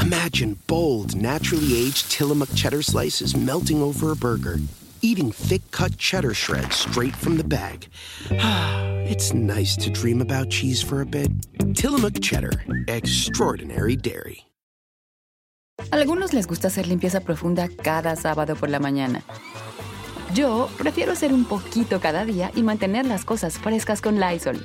Imagine bold, naturally aged Tillamook cheddar slices melting over a burger, eating thick cut cheddar shreds straight from the bag. it's nice to dream about cheese for a bit. Tillamook cheddar, extraordinary dairy. Algunos les gusta hacer limpieza profunda cada sábado por la mañana. Yo prefiero hacer un poquito cada día y mantener las cosas frescas con Lysol.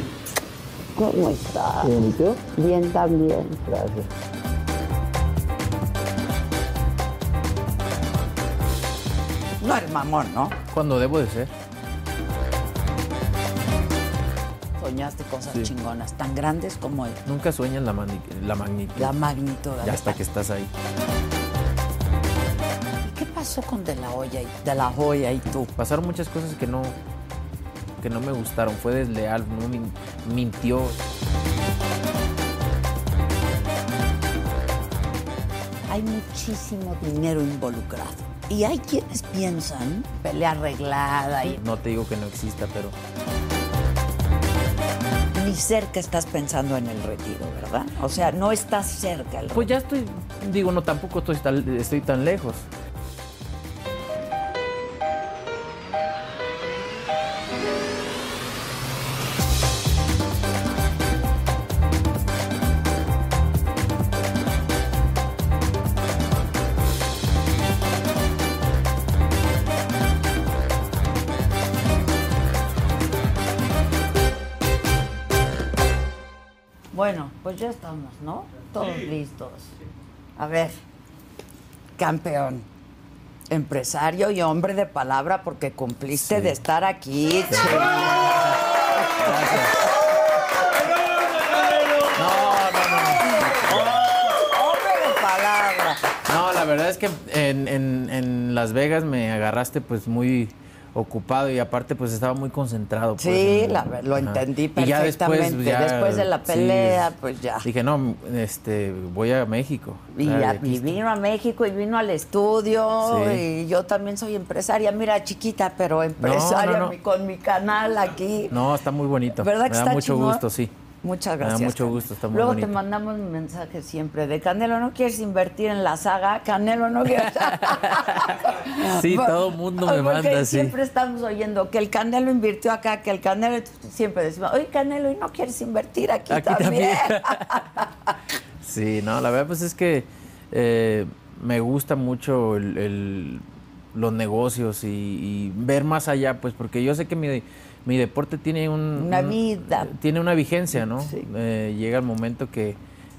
¿Cómo estás? Bien, ¿y tú? Bien también. Gracias. No eres mamón, ¿no? Cuando debo de ser. Soñaste cosas Sí. chingonas, tan grandes como el- Nunca sueñas la, mani- la magnitud. la magnitud. Ya hasta que estás ahí. ¿Qué pasó con De La Hoya y, de la Hoya y tú? Pasaron muchas cosas que no que no me gustaron. Fue desleal, no min- mintió. Hay muchísimo dinero involucrado. Y hay quienes piensan pelea arreglada y No te digo que no exista, pero ni cerca estás pensando en el retiro, ¿verdad? O sea, no estás cerca. El pues ya estoy digo, no tampoco estoy tan, estoy tan lejos. Bueno, pues ya estamos, ¿no? Todos listos. A ver, campeón, empresario y hombre de palabra porque cumpliste de estar aquí. No, no, no. Hombre de palabra. No, la verdad es que en, en- en Las Vegas me agarraste pues muy ocupado y aparte pues estaba muy concentrado. pues, Sí, en- la ver- lo ajá. entendí Y ya después, pues, perfectamente. ya, Después de la sí, pelea, pues ya. Dije, no, este, voy a México. Y, Claro, ya- aquí y vino a México y vino al estudio Sí. y yo también soy empresaria, mira chiquita, pero empresaria no. mi- con mi canal aquí. está. No, está muy bonito. ¿Verdad que me da está mucho chingón? gusto, sí. Muchas Me da gracias. mucho gusto, está muy Luego te bonito. mandamos un mensaje siempre de Canelo, ¿no quieres invertir en la saga? Canelo, ¿no quieres? Sí, Por- todo mundo me porque manda, sí. siempre estamos oyendo que el Canelo invirtió acá, que el Canelo... entonces Siempre decimos, oye, Canelo, ¿y no quieres invertir aquí, Aquí también? también. Sí, no, la verdad pues es que eh, me gusta mucho el- el- los negocios y, y ver más allá, pues porque yo sé que mi, mi deporte tiene un- Una un- eh, vida. Tiene una vigencia, ¿no? Sí. Eh, llega el momento que,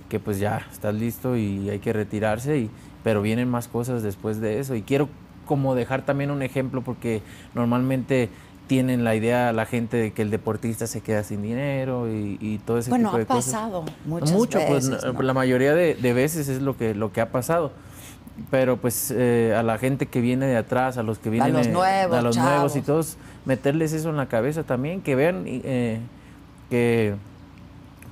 que, pues ya estás listo y hay que retirarse, y, pero vienen más cosas después de eso. Y quiero como dejar también un ejemplo porque normalmente tienen la idea la gente de que el deportista se queda sin dinero y, y todo ese bueno, tipo de ha cosas. pasado muchas Mucho, pues veces, n- ¿no? la mayoría de, de veces es lo que, lo que ha pasado. Pero pues eh, a la gente que viene de atrás, a los que vienen los eh, nuevos, a los nuevos y chavos. todos, meterles eso en la cabeza también, que vean y, eh, que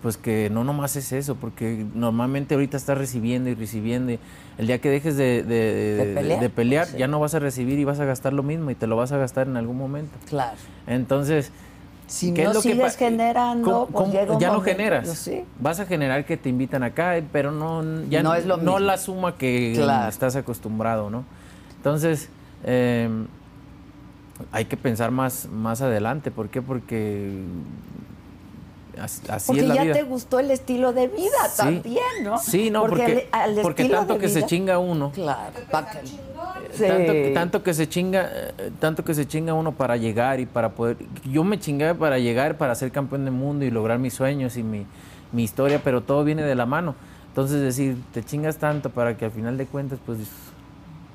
pues que no nomás es eso, porque normalmente ahorita estás recibiendo y recibiendo. y el día que dejes de, de- de- De pelear, de pelear, sí. ya no vas a recibir y vas a gastar lo mismo y te lo vas a gastar en algún momento. Claro. Entonces, Si ¿Qué es no lo que sigues pa- generando, ¿Cómo- pues cómo- llega un ya no momento- pues generas. Sí. Vas a generar que te invitan acá, eh, pero no, ya No es lo mismo. la suma que Claro. estás acostumbrado, ¿no? Entonces, eh, hay que pensar más, más adelante. ¿Por qué? Porque as- así Porque es la ya vida. te gustó el estilo de vida Sí. también, ¿no? Sí, no, porque, porque, al- al estilo tanto de que se vida- chinga uno. Claro. pa' que- Tanto, Sí. tanto que se chinga, eh, tanto que se chinga uno para llegar y para poder. Yo me chingué para llegar, para ser campeón del mundo y lograr mis sueños y mi, mi historia, pero todo viene de la mano. Entonces decir, te chingas tanto para que al final de cuentas, pues,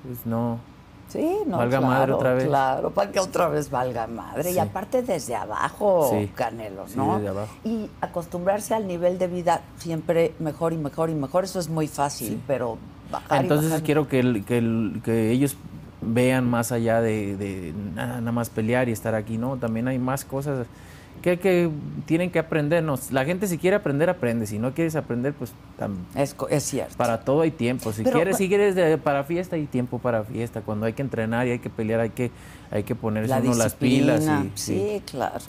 pues no, Sí, no, Valga claro, madre otra vez. Claro, para que otra vez valga madre. Y Sí. aparte desde abajo, Sí, Canelo, sí, ¿no? desde abajo. Y acostumbrarse al nivel de vida siempre mejor y mejor y mejor, eso es muy fácil, pero bajar y Entonces bajar y- quiero que, el- que el- que ellos vean más allá de, de nada, nada más pelear y estar aquí, ¿no? También hay más cosas que, que tienen que aprender. ¿no? La gente si quiere aprender, aprende. Si no quieres aprender, pues tam- Es, co- es cierto. para todo hay tiempo. Si Pero quieres, cua- si quieres de- para fiesta, hay tiempo para fiesta. Cuando hay que entrenar y hay que pelear, hay que, hay que ponerse la uno las pilas. y- disciplina, sí. sí, claro.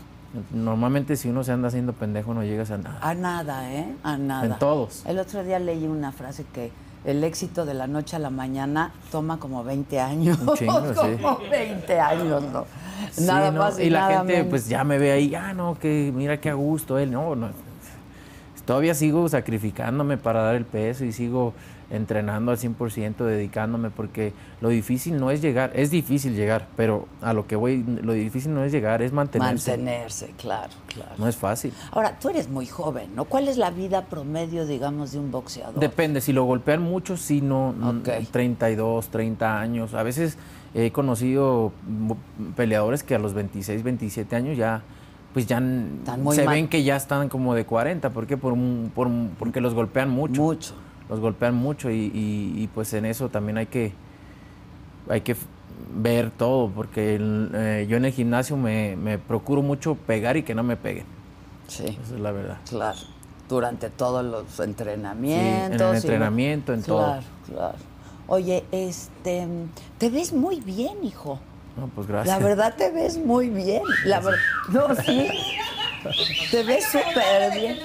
Normalmente si uno se anda haciendo pendejo no llegas a nada. A nada, ¿eh? A nada. En todos. El otro día leí una frase que el éxito de la noche a la mañana toma como 20 años. Un chingo, sí. como 20 años, ¿no? Sí, nada ¿no? más y, y la nada gente menos. pues ya me ve ahí, ah, no, que mira qué a gusto él, no, no. Todavía sigo sacrificándome para dar el peso y sigo entrenando al 100%, dedicándome, porque lo difícil no es llegar, es difícil llegar, pero a lo que voy, lo difícil no es llegar, es mantenerse. Mantenerse, claro, claro. No es fácil. Ahora, tú eres muy joven, ¿no? ¿Cuál es la vida promedio, digamos, de un boxeador? Depende, si lo golpean mucho, si no, mm, Ok. 32, 30 años. A veces he conocido bo- peleadores que a los 26, 27 años ya pues ya n- Están muy se mal. ven que ya están como de 40, ¿por qué? Por, un- por un- porque los golpean mucho. Mucho. Los golpean mucho y, y- y, pues en eso también hay que hay que f- ver todo, porque el- eh, yo en el gimnasio me, me procuro mucho pegar y que no me peguen. Sí, Esa es la verdad. claro. Durante todos los en entrenamientos. el y- entrenamiento, en todo. Claro, claro. Oye, este, te ves muy bien, hijo. No, pues gracias. La verdad te ves muy bien. La verdad. No, sí. Te ves súper bien.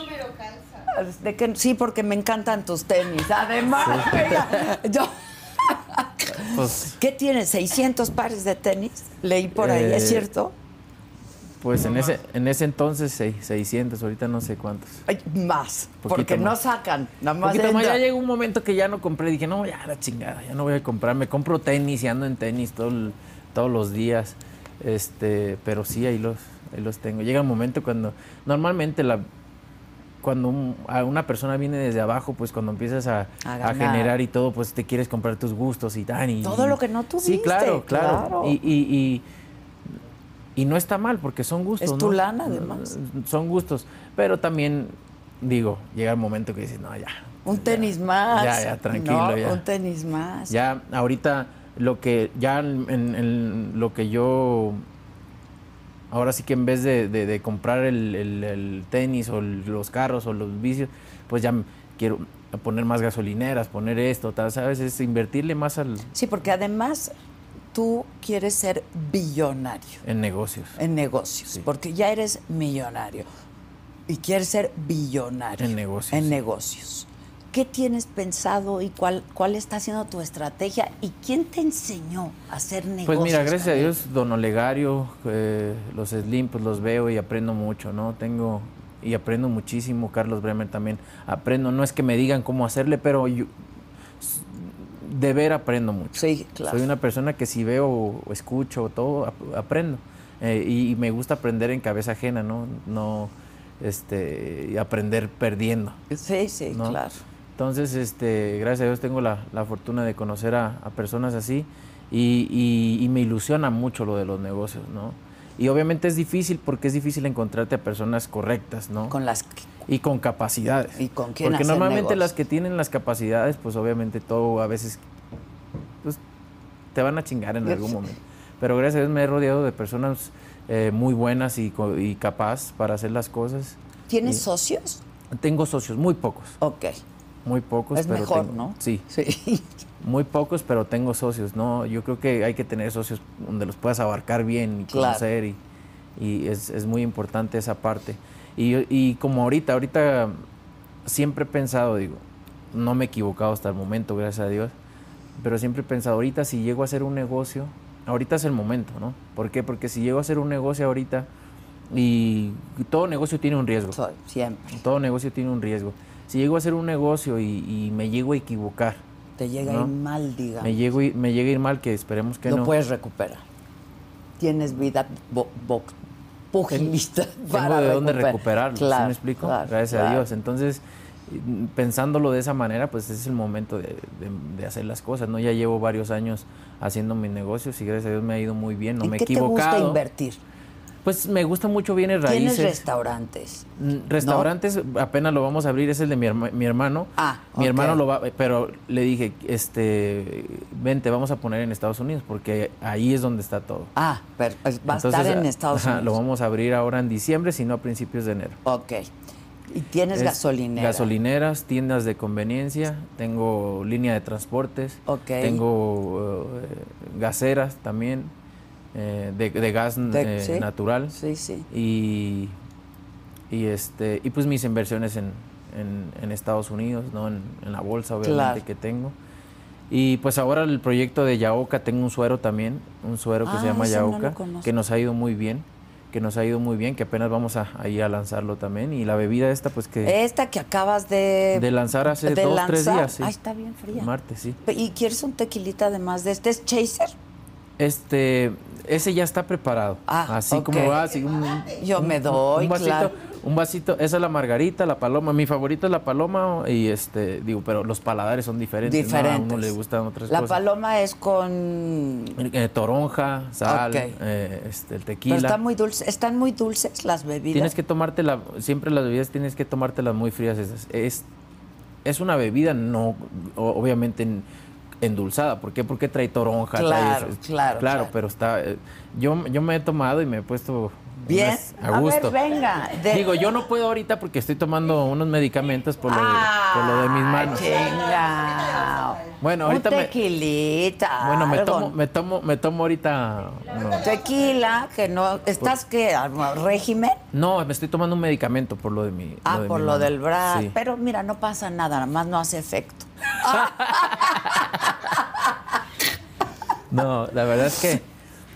De que, sí, porque me encantan tus tenis. Además, mira, yo- Pues, ¿Qué tienes? ¿600 pares de tenis? Leí por ahí, ¿es Eh, cierto? Pues en ese, en ese entonces seis- 600, ahorita no sé cuántos. Ay, más, porque más. no sacan. Nada más. Poquito más, entra. ya llegó un momento que ya no compré, dije, no, ya la chingada, ya no voy a comprar, me compro tenis y ando en tenis todo el- todos los días. Este, pero sí, ahí los, ahí los tengo. Llega un momento cuando, normalmente la, cuando un- a una persona viene desde abajo, pues cuando empiezas a, A a ganar. generar y todo, pues te quieres comprar tus gustos y tal. y- Todo lo que no Sí, claro, tuviste, claro. claro. Y, y- y- y no está mal, porque son gustos. Es tu ¿no? lana, además. Son gustos. Pero también, digo, llega el momento que dices, no, ya. Un ya, tenis más. Ya, ya, tranquilo, ¿no? ya. Un tenis más. Ya, ahorita lo que ya en, en- en lo que yo ahora sí que en vez de, de- de comprar el, el- el tenis o el- los carros o los vicios, pues ya quiero poner más gasolineras, poner esto, tal, sabes, es invertirle más al Sí, porque además tú quieres ser billonario. en negocios. En negocios, porque ya eres millonario y quieres ser billonario. En negocios, En sí. negocios. ¿Qué tienes pensado y cuál, cuál está siendo tu estrategia? ¿Y quién te enseñó a hacer negocios? Pues mira, gracias a Daniel? Dios, don Olegario, eh, los Slim, pues los veo y aprendo mucho, ¿no? Tengo y aprendo muchísimo, Carlos Bremer también aprendo, no es que me digan cómo hacerle, pero yo s- de ver aprendo mucho. Sí, claro. Soy una persona que si veo o escucho o todo, ap- aprendo. Eh, y, y me gusta aprender en cabeza ajena, ¿no? No este, y aprender perdiendo. Sí, sí, ¿no? claro. Entonces, este, gracias a Dios tengo la, la fortuna de conocer a, a personas así y, y- y me ilusiona mucho lo de los negocios, ¿no? Y obviamente es difícil porque es difícil encontrarte a personas correctas, ¿no? Con las que- y con capacidades. ¿Y con quién Porque hacer normalmente negocios? las que tienen las capacidades, pues obviamente todo a veces pues, te van a chingar en algún momento. Pero gracias a Dios me he rodeado de personas eh, muy buenas y, co- y capaz para hacer las cosas. ¿Tienes Sí. socios? Tengo socios, muy pocos. Ok. Muy pocos, es Pues, pero mejor, tengo- ¿no? Sí, Sí. muy pocos, pero tengo socios, ¿no? Yo creo que hay que tener socios donde los puedas abarcar bien y Claro. conocer y, y es, es muy importante esa parte. Y, yo- y como ahorita, ahorita siempre he pensado, digo, no me he equivocado hasta el momento, gracias a Dios, pero siempre he pensado, ahorita si llego a hacer un negocio, ahorita es el momento, ¿no? ¿Por qué? Porque si llego a hacer un negocio ahorita y todo negocio tiene un riesgo. Soy, siempre. Todo negocio tiene un riesgo. Si llego a hacer un negocio y, y me llego a equivocar, Te llega No. ahí mal, digamos. me, llego y, me llega a ir mal, que esperemos que lo no. puedes recuperar. Tienes vida bo- bo- pugilista Tengo para de dónde recuperar. recuperarlo, ¿sí Claro, me explico? claro, Gracias a claro. Dios. Entonces, pensándolo de esa manera, pues es el momento de, de- de hacer las cosas, ¿no? Ya llevo varios años haciendo mis negocios y gracias a Dios me ha ido muy bien, no ¿En me he qué te gusta equivocado. invertir? pues me gusta mucho bienes Tienes raíces. restaurantes. Mm, Restaurantes apenas lo vamos a abrir, es el de mi, herma- mi hermano. Ah, mi ok. hermano lo va, pero le dije, este, vente, vamos a poner en Estados Unidos porque ahí es donde está todo. Ah, pero es- va Entonces, a estar en ah, Estados ajá, Unidos. Lo vamos a abrir ahora en diciembre, sino a principios de enero. Ok. Y tienes Es gasolinera. Gasolineras, tiendas de conveniencia, tengo línea de transportes, Ok. tengo eh, gaseras también, eh, de, de gas De- eh, sí. natural. Sí, sí. Y, y, este, y pues mis inversiones en, en- en Estados Unidos, ¿no? en, en la bolsa obviamente Claro. que tengo. Y pues ahora el proyecto de Yaoca, tengo un suero también, un suero que se Ah, llama ese no lo Yaoca, conozco. que nos ha ido muy bien, que nos ha ido muy bien, que apenas vamos a, ahí a lanzarlo también. Y la bebida esta, pues que Esta que acabas de... de lanzar hace Eh, de dos, tres lanzar. días. sí. Ay, está bien fría. Martes, sí. Pe- ¿Y quieres un tequilita además de este? ¿Es chaser? Este, ese ya está preparado. Ah, así ok. como va, así un- Yo me doy, un vasito, claro. un vasito, esa es la margarita, la paloma, mi favorita es la paloma y este, digo, pero los paladares son diferentes, ¿no? Diferentes. a uno le gustan otras La cosas. paloma es con... Eh, toronja, sal, Ok. eh, este, el tequila. Pero está muy dulce. ¿Están muy dulces las bebidas? Tienes que tomarte la, siempre las bebidas tienes que tomártelas muy frías. Es, es, es una bebida no, o- obviamente en- endulzada. ¿Por qué? Porque trae toronja. trae Claro, eso. claro, claro. pero está. eh, Yo, yo me he tomado y me he puesto. Bien. unas- A a gusto. ver, venga. de- Digo, yo no puedo ahorita porque estoy tomando unos medicamentos por lo de, por lo de mis manos. Chingao. Bueno, ahorita Ah, Un me- tequilita. Bueno, me algo. tomo, me tomo, me tomo ahorita. uno- Tequila, que no. ¿Estás qué? ¿A ¿Régimen? No, me estoy tomando un medicamento por lo de mi. Ah, de por mi lo mano. del brazo. Sí. Pero mira, no pasa nada, nada más no hace efecto. No, la verdad es que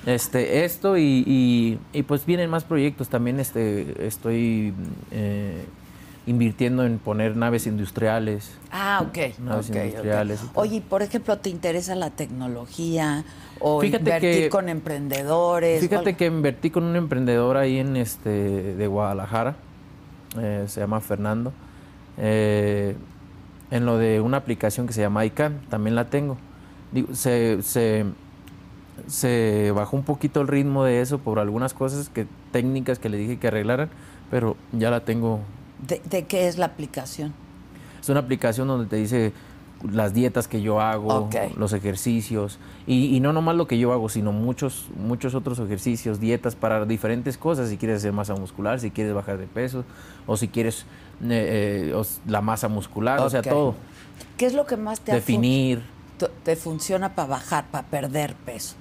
este, esto y, y- y, pues vienen más proyectos. También este, estoy eh, invirtiendo en poner naves industriales. Ah, ok. Naves ok, ok. industriales y todo. Oye, y por ejemplo, ¿te interesa la tecnología o Fíjate invertir que- con emprendedores? Fíjate Ol- que invertí con un emprendedor ahí en este de Guadalajara, eh, se llama Fernando, eh, en lo de una aplicación que se llama ICANN, también la tengo. Digo, se, se- se bajó un poquito el ritmo de eso por algunas cosas que técnicas que le dije que arreglaran, pero ya la tengo. ¿De, de qué es la aplicación? Es una aplicación donde te dice las dietas que yo hago, Ok. los ejercicios, y, y no nomás lo que yo hago, sino muchos, muchos otros ejercicios, dietas para diferentes cosas, si quieres hacer masa muscular, si quieres bajar de peso, o si quieres eh, eh, o s- la masa muscular, o sea, Ok. todo. ¿Qué es lo que más te ha fun- Definir. te- te funciona para bajar, para perder peso?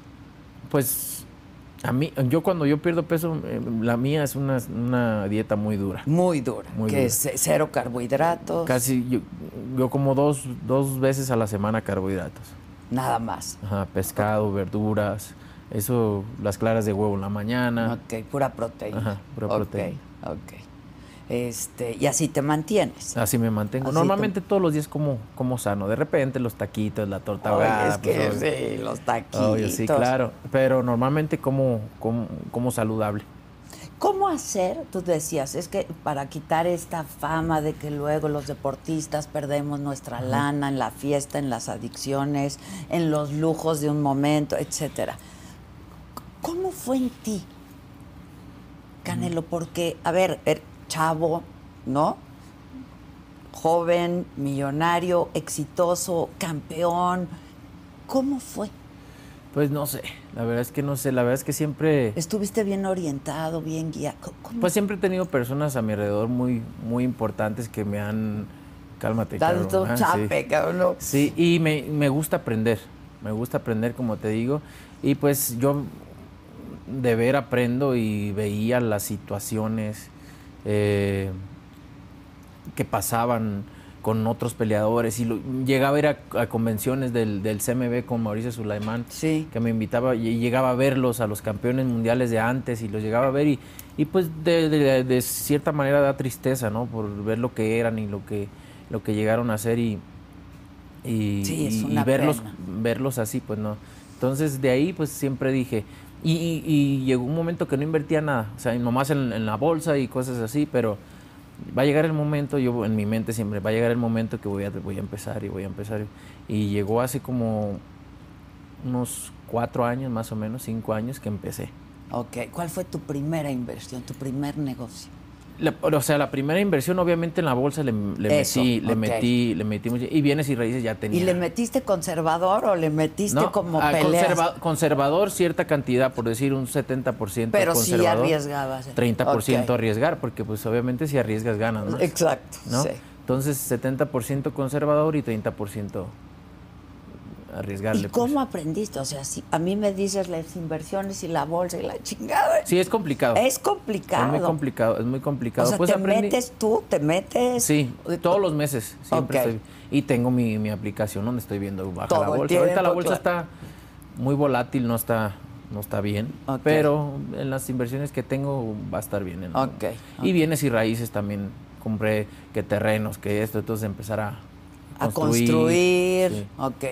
Pues a mí, yo cuando yo pierdo peso, eh, la mía es una, una dieta muy dura. Muy dura, Muy que dura. es eh, cero carbohidratos, Casi yo, yo como dos, dos veces a la semana carbohidratos. nada más. Ajá, pescado, verduras, eso, las claras de huevo en la mañana. Ok, pura proteína. Ah. Ajá, pura Ok, proteína. ok. Este, y así te mantienes. Así me mantengo. Así Normalmente todos los días como, como sano. De repente los taquitos, la torta ahogada, Oye, es que pues, obvio. sí, los taquitos. Obvio, sí, claro. Pero normalmente como, como, como saludable. ¿Cómo hacer? Tú decías, es que para quitar esta fama de que luego los deportistas perdemos nuestra lana en la fiesta, en las adicciones, en los lujos de un momento, etcétera. ¿Cómo fue en ti, Canelo? Porque, a ver, er- chavo, ¿no? Joven, millonario, exitoso, campeón. ¿Cómo fue? Pues no sé. La verdad es que no sé. La verdad es que siempre... ¿Estuviste bien orientado, bien guiado? ¿Cómo- cómo Pues siempre he tenido personas a mi alrededor muy, muy importantes que me han... Cálmate, Tanto cabrón, ah, sí. chape, cabrón. ¿no? Sí, y me, me gusta aprender, me gusta aprender como te digo, y pues yo de ver aprendo y veía las situaciones eh, que pasaban con otros peleadores y lo- llegaba a ir a, a convenciones del, del CMB con Mauricio Sulaimán Sí. que me invitaba y llegaba a verlos a los campeones mundiales de antes y los llegaba a ver y, y pues de, de- de cierta manera da tristeza, ¿no? Por ver lo que eran y lo que, lo que llegaron a hacer y, y, Sí, es y- y una verlos, pena. verlos así, pues no. Entonces de ahí pues siempre dije, y, y- y llegó un momento que no invertía nada, o sea, nomás en, en la bolsa y cosas así, pero va a llegar el momento, yo en mi mente siempre, va a llegar el momento que voy a, voy a empezar y voy a empezar. Y llegó hace como unos cuatro años, más o menos, cinco años que empecé. Ok, ¿cuál fue tu primera inversión, tu primer negocio? La- o sea, la primera inversión, obviamente, en la bolsa le, le Eso, metí, le ok. metí, le metí mucho. Y bienes y raíces ya tenía. ¿Y le metiste conservador o le metiste No, como ah, peleas? conserva- conservador cierta cantidad, por decir un 70% Pero sí conservador. arriesgabas. 30% Ok. arriesgar, porque pues obviamente si arriesgas ganas, ¿no? Exacto, ¿No? sí. Entonces 70% conservador y 30% arriesgarle. ¿Y pues. cómo aprendiste? O sea, si a mí me dices las inversiones y la bolsa y la chingada. Sí, es complicado. Es Es complicado. muy complicado, es muy O complicado. sea, Pues te aprendí- metes tú, te metes. Sí, todos los meses. Siempre Ok. estoy- Y tengo mi, mi aplicación donde estoy viendo baja Todo la el bolsa. tiempo, Ahorita la bolsa claro. está muy volátil, no está, no está bien. Ok. Pero en las inversiones que tengo va a estar bien. ¿no? Ok, ok. Y bienes y raíces también. Compré que terrenos, que esto, entonces empezar a A construir. sí. Ok.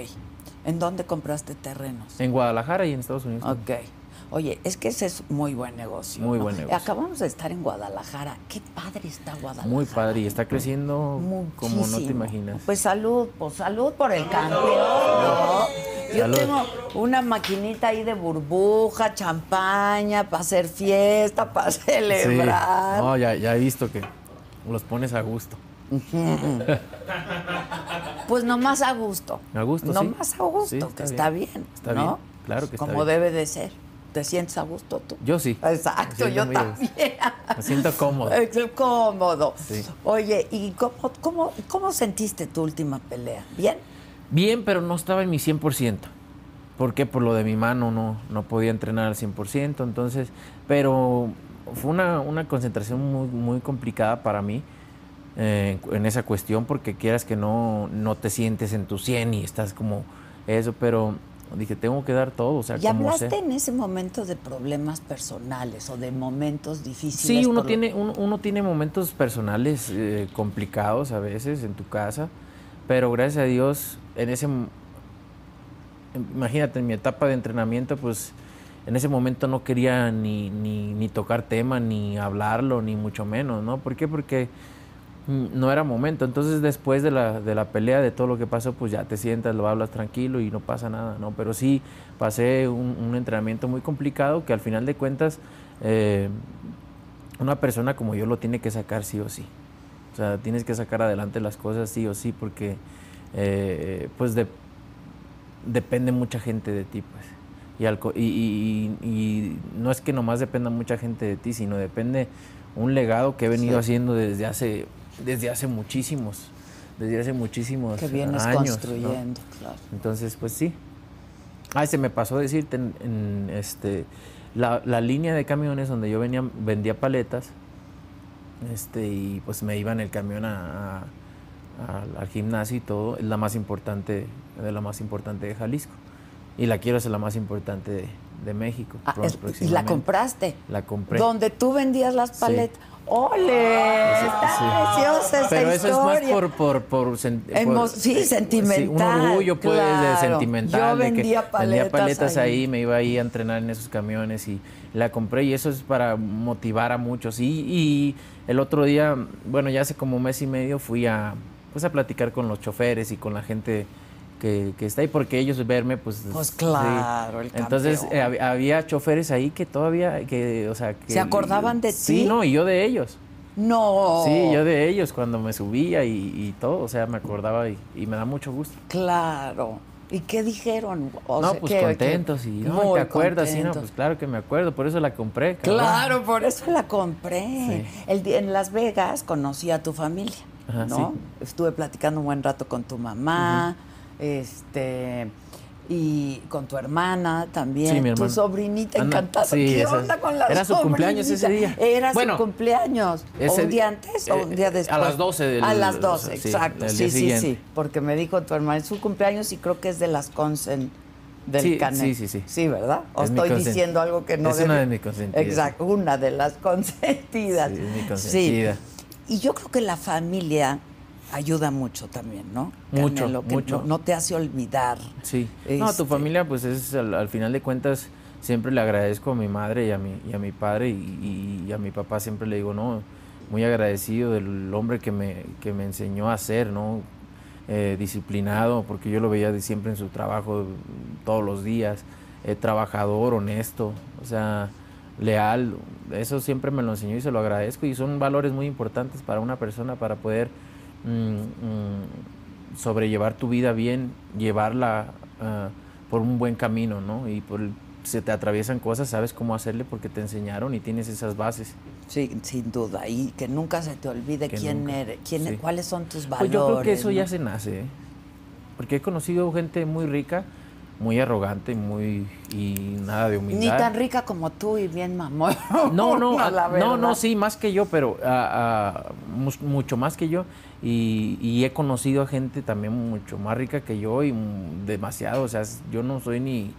¿En dónde compraste terrenos? En Guadalajara y en Estados Unidos. Ok. Oye, es que ese es muy buen negocio. Muy ¿no? buen negocio. Acabamos de estar en Guadalajara. Qué padre está Guadalajara. Muy padre y está creciendo como no te Muchísimo. imaginas. Pues salud, pues salud por el campeón. ¿no? Yo Salud. tengo una maquinita ahí de burbuja, champaña, para hacer fiesta, para Sí. celebrar. No, ya, ya he visto que los pones a gusto. Pues nomás a gusto. A gusto, sí. Nomás a gusto, Sí, está que bien. está bien. Está ¿no? bien, claro que está Como bien. debe de ser. ¿Te sientes a gusto tú? Yo sí. Me Exacto, siento yo muy a gusto. también. Me siento cómodo. Es Eh, cómodo. Sí. Oye, ¿y cómo, cómo, cómo sentiste tu última pelea? ¿Bien? Bien, pero no estaba en mi 100%. ¿Por qué? Por lo de mi mano, no, no podía entrenar al 100%. Entonces, pero fue una, una concentración muy, muy complicada para mí eh, en esa cuestión, porque quieras que no, no te sientes en tu 100 y estás como eso, pero dije, tengo que dar todo. O sea, ¿Y como hablaste sea. en ese momento de problemas personales o de momentos difíciles? Sí, por uno lo- tiene, uno, uno tiene momentos personales eh, complicados a veces en tu casa, pero gracias a Dios, en ese, m- imagínate, en mi etapa de entrenamiento, pues en ese momento no quería ni, ni, ni tocar tema, ni hablarlo, ni mucho menos, ¿no? ¿Por qué? Porque mm, no era momento. Entonces después de la, de la pelea, de todo lo que pasó, pues ya te sientas, lo hablas tranquilo y no pasa nada, ¿no? Pero sí pasé un, un entrenamiento muy complicado que al final de cuentas... eh, una persona como yo lo tiene que sacar sí o sí. O sea, tienes que sacar adelante las cosas sí o sí porque eh, pues de- depende mucha gente de ti. Pues. Y, al co- y- y- y- y no es que nomás dependa mucha gente de ti, sino depende un legado que he venido Sí. haciendo desde hace, desde hace muchísimos, desde hace muchísimos que vienes años, ¿no? construyendo, claro. Entonces, pues sí. Ay, se me pasó decirte en, en, este la, la línea de camiones donde yo venía, vendía paletas. Este, y pues me iba en el camión a- a- al- al gimnasio y todo, es la más importante, de la más importante de Jalisco. Y la quiero hacer la más importante de, de México. Ah, pro- es- y la próximamente. compraste. La compré. Donde tú vendías las Sí. paletas. ¡Ole! Sí, Está sí. preciosa esa Pero eso historia. es más por... por, por, sen- por- eh, Emo- sí, sentimental, un orgullo, pues, claro. de sentimental. Yo de que vendía paletas paletas ahí. ahí, me iba ahí a entrenar en esos camiones y la compré. Y eso es para motivar a muchos. Y, y el otro día, bueno, ya hace como mes y medio fui a, pues, a platicar con los choferes y con la gente... Que, que está ahí porque ellos verme pues Pues sí. claro, el entonces campeón. eh, hab- había choferes ahí que todavía que o sea que- ¿Se acordaban de ti? sí no y yo de ellos No. Sí, yo de ellos cuando me subía y, y todo, o sea, me acordaba y, y me da mucho gusto. Claro. ¿Y qué dijeron? O no, sea, pues que- que- contentos y no, muy te acuerdas, sí, no, contentos. pues claro que me acuerdo, por eso la compré. cabrón. Claro, por eso la compré. Sí. El di- en Las Vegas conocí a tu familia, Ajá, ¿no? Estuve platicando un buen rato con tu mamá, este y con tu hermana también, Sí, mi tu hermana. sobrinita Anda, encantada. sí, ¿Qué esa- onda con la era su cumpleaños ese sobrinita? día. Era Bueno, su cumpleaños. ¿O ese un di- día antes o un eh, día a después? las 12 del- A las 12, sí, exacto. del Sí, día sí, sí. siguiente. Porque me dijo tu hermana, es su cumpleaños y creo que es de las Consen del Sí, Canel. sí, sí, sí. Sí, ¿verdad? O Es mi estoy consen- diciendo algo que no Es una debí- de mis consentidas. Exacto una de las consentidas. Sí, mi consentida. Y yo creo que la familia ayuda mucho también, ¿no? Mucho, que mucho. No, no te hace olvidar. Sí. No, Este- tu familia, pues es al, al final de cuentas, siempre le agradezco a mi madre y a mi, y a mi padre y, y- y a mi papá siempre le digo, no, muy agradecido del hombre que me, que me enseñó a ser, ¿no? Eh, disciplinado, porque yo lo veía de siempre en su trabajo todos los días, eh, trabajador, honesto, o sea, leal, eso siempre me lo enseñó y se lo agradezco y son valores muy importantes para una persona para poder mm, mm, sobrellevar tu vida bien, llevarla uh, por un buen camino, ¿no? Y por, se te atraviesan cosas, sabes cómo hacerle porque te enseñaron y tienes esas bases. Sí, sin duda. Y que nunca se te olvide Que quién nunca, eres, quién, sí. cuáles son tus valores. Pues yo creo que eso ¿no? ya se nace, ¿eh? porque he conocido gente muy rica, muy arrogante, muy y nada de humildad. Ni tan rica como tú y bien mamón. No, no, la ah, no, verdad. no, sí, más que yo, pero ah, ah, mus- mucho más que yo. Y, y he conocido a gente también mucho más rica que yo y mm, demasiado. O sea, s- yo no soy ni,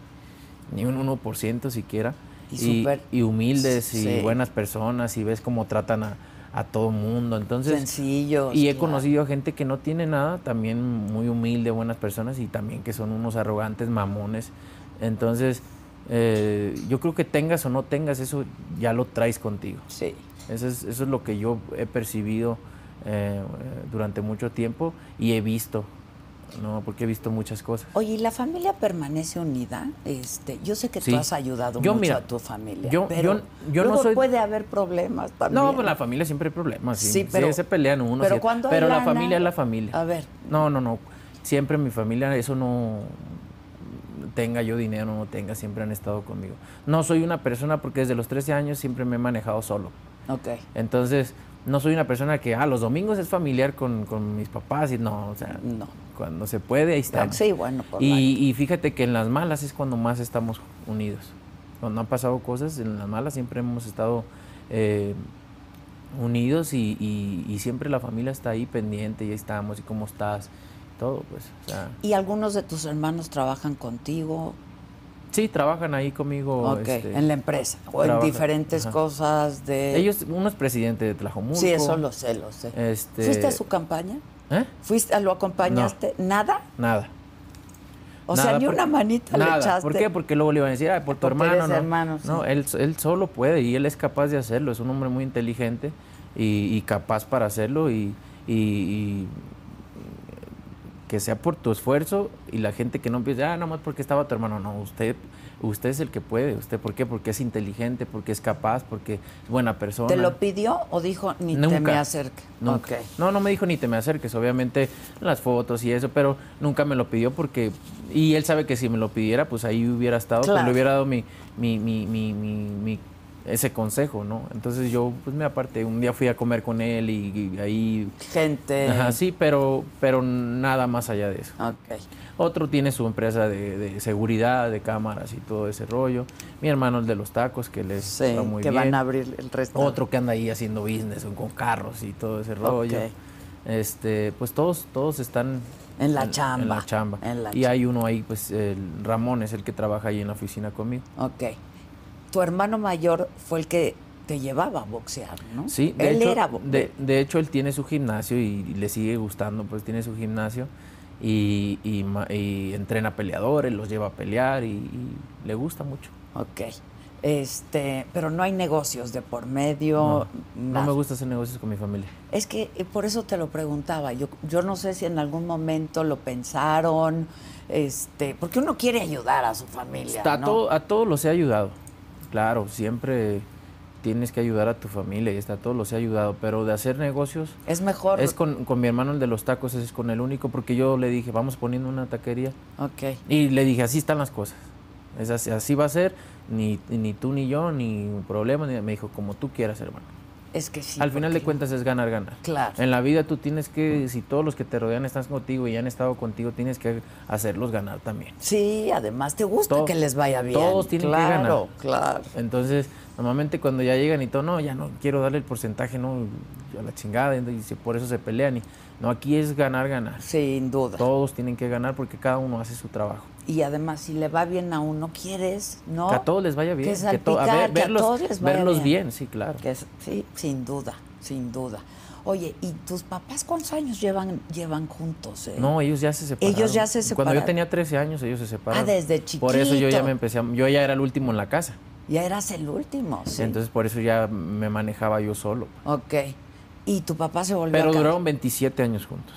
ni un 1% siquiera. Y súper- y humildes y sí. buenas personas y ves cómo tratan a, a todo mundo. Entonces, Sencillos. y he claro. conocido a gente que no tiene nada, también muy humilde, buenas personas y también que son unos arrogantes mamones. Entonces, eh, yo creo que tengas o no tengas, eso ya lo traes contigo. Sí. Eso es, eso es lo que yo he percibido eh, durante mucho tiempo y he visto, ¿no? porque he visto muchas cosas. Oye, ¿y la familia permanece unida? Este, yo sé que Sí. tú has ayudado Yo, mucho mira, a tu familia, yo- pero yo- yo no luego soy- puede haber problemas también. No, con la familia siempre hay problemas. eh, Sí, Sí, pero- se pelean uno. pero sí, cuando hay pero la lana- familia es la familia. A ver. No, no, no. Siempre mi familia, eso no tenga yo dinero, no tenga, siempre han estado conmigo. No soy una persona porque desde los 13 años siempre me he manejado solo. Ok. Entonces, no soy una persona que, ah, los domingos es familiar con, con mis papás y no, o sea, No. cuando se puede, ahí estamos. Sí, bueno, pues, por la- Y, y fíjate que en las malas es cuando más estamos unidos. Cuando han pasado cosas, en las malas siempre hemos estado eh, unidos y, y- y siempre la familia está ahí pendiente y ahí estamos y cómo estás, todo pues. o sea, ¿Y algunos de tus hermanos trabajan contigo? sí, trabajan ahí conmigo. ok, este, en la empresa o trabaja- en diferentes ajá. cosas de... Ellos, uno es presidente de Tlajomulco. Sí, eso lo sé, lo sé. Este- ¿Fuiste a su campaña? ¿Eh? ¿Fuiste, ah, lo acompañaste? ¿Nada? Nada. O Nada, sea, ni porque- una manita nada. le echaste. ¿Por qué? Porque luego le iban a decir, "Ay, por tu Porque hermano. eres no, hermano, sí. No, él, él solo puede y él es capaz de hacerlo. Es un hombre muy inteligente y, y capaz para hacerlo y, y- y que sea por tu esfuerzo y la gente que no empiece, ah, nomás porque estaba tu hermano. No, usted, usted es el que puede. ¿Usted por qué? Porque es inteligente, porque es capaz, porque es buena persona. ¿Te lo pidió o dijo ni te Nunca, me acerque? Nunca. Ok. No, no me dijo ni te me acerques, obviamente las fotos y eso, pero nunca me lo pidió porque. Y él sabe que si me lo pidiera, pues ahí hubiera estado, pues, Claro. le hubiera dado mi, mi, mi, mi, mi- mi- ese consejo, ¿no? Entonces yo, pues me aparté. Un día fui a comer con él y, y ahí. Gente. Ajá, sí, pero, pero nada más allá de eso. Ok. Otro tiene su empresa de, de seguridad, de cámaras y todo ese rollo. Mi hermano, el de los tacos, que les Sí, va muy que bien. van a abrir el resto. Otro que anda ahí haciendo business con carros y todo ese rollo. Ok. Este, pues todos, todos están En la En chamba, la chamba. en la y chamba. hay uno ahí, pues el Ramón es el que trabaja ahí en la oficina conmigo. Ok. Tu hermano mayor fue el que te llevaba a boxear, ¿no? Sí, de Él hecho, era bo- de, de hecho, él tiene su gimnasio y le sigue gustando, pues tiene su gimnasio y, y ma- y entrena peleadores, los lleva a pelear y, y le gusta mucho. Ok. Este, pero no hay negocios de por medio. no nada. me gusta hacer negocios con mi familia. Es que eh, por eso te lo preguntaba. Yo, yo no sé si en algún momento lo pensaron, este, porque uno quiere ayudar a su familia. Está ¿no? todo- a todos los he ayudado. Claro, siempre tienes que ayudar a tu familia y está, a todos los he ayudado. Pero de hacer negocios, Es mejor. es con, con mi hermano el de los tacos, es con el único, porque yo le dije, vamos poniendo una taquería. Ok. Y le dije, así están las cosas. Es así, así va a ser, ni, ni tú ni yo, ni problema. ni- Me dijo, como tú quieras, hermano. Es que sí. Al final de porque- cuentas es ganar, ganar. Claro. En la vida tú tienes que, si todos los que te rodean están contigo y han estado contigo, tienes que hacerlos ganar también. Sí, además te gusta Todo- que les vaya bien. todos tienen que ganar. Claro, claro. Entonces, normalmente cuando ya llegan y todo, no, ya no quiero darle el porcentaje, no, a la chingada, y se- por eso se pelean. Y, no, aquí es ganar, ganar. Sin duda. Todos tienen que ganar porque cada uno hace su trabajo. Y además, si le va bien a uno, quieres, ¿no? Que a todos les vaya bien. Que to- salpicar, que a todos les vaya verlos bien. bien. sí, claro. Que es- sí, sin duda, sin duda. Oye, ¿y tus papás cuántos años llevan, llevan juntos? eh? No, ellos ya se separaron. Ellos ya se Cuando yo separaron. Ah, tenía 13 años, ellos se separaron. desde Por eso yo ya chiquito. me empecé, a- yo ya era el último en la casa. Ya eras el último, sí. Entonces, por eso ya me manejaba yo solo. Ok. Y tu papá se volvió Pero a ca- duraron 27 años juntos.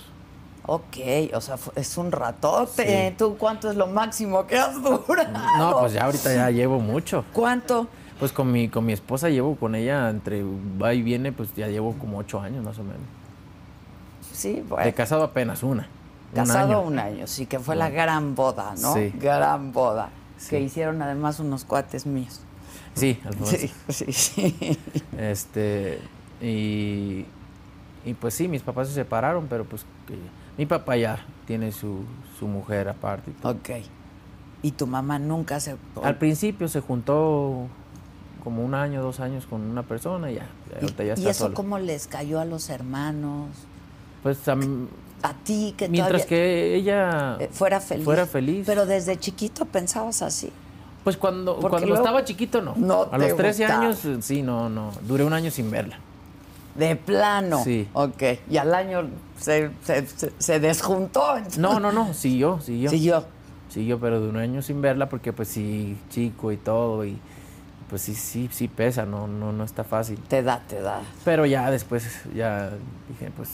Ok, o sea, fu- es un ratote. ¿Tú cuánto es lo máximo que has durado? No, pues ya ahorita ya llevo mucho. ¿Cuánto? Pues con mi, con mi esposa llevo con ella entre va y viene, pues ya llevo como ocho años más o menos. Sí, De bueno. casado apenas una. Casado un año. un año, sí, que fue la gran boda, ¿no? Sí. Gran boda. Que Sí. Pues hicieron además unos cuates míos. Sí, Alfonso. Sí, sí, sí. Este, y, y pues sí, mis papás se separaron, pero pues que- mi papá ya tiene su, su mujer aparte. y todo. ok. Y tu mamá nunca se. Al principio se juntó como un año, dos años con una persona y ya, ya ahorita ¿Y, ya y está eso solo. cómo les cayó a los hermanos? Pues a mí- A ti que mientras Eh, todavía que ella eh, fuera feliz. fuera feliz. Pero desde chiquito pensabas así. Pues cuando, Porque cuando luego- estaba chiquito, no. No a te los 13 gustaba. años, eh, sí, no, no. Duré un año sin verla. De plano. Sí. Ok. Y al año se, se, se- se desjuntó. No, no, no, siguió, siguió. Siguió. Siguió, pero de un año sin verla porque pues sí, chico y todo. Y pues sí, sí, sí pesa, no, no, no está fácil. Te da, te da. Pero ya después, ya dije, pues,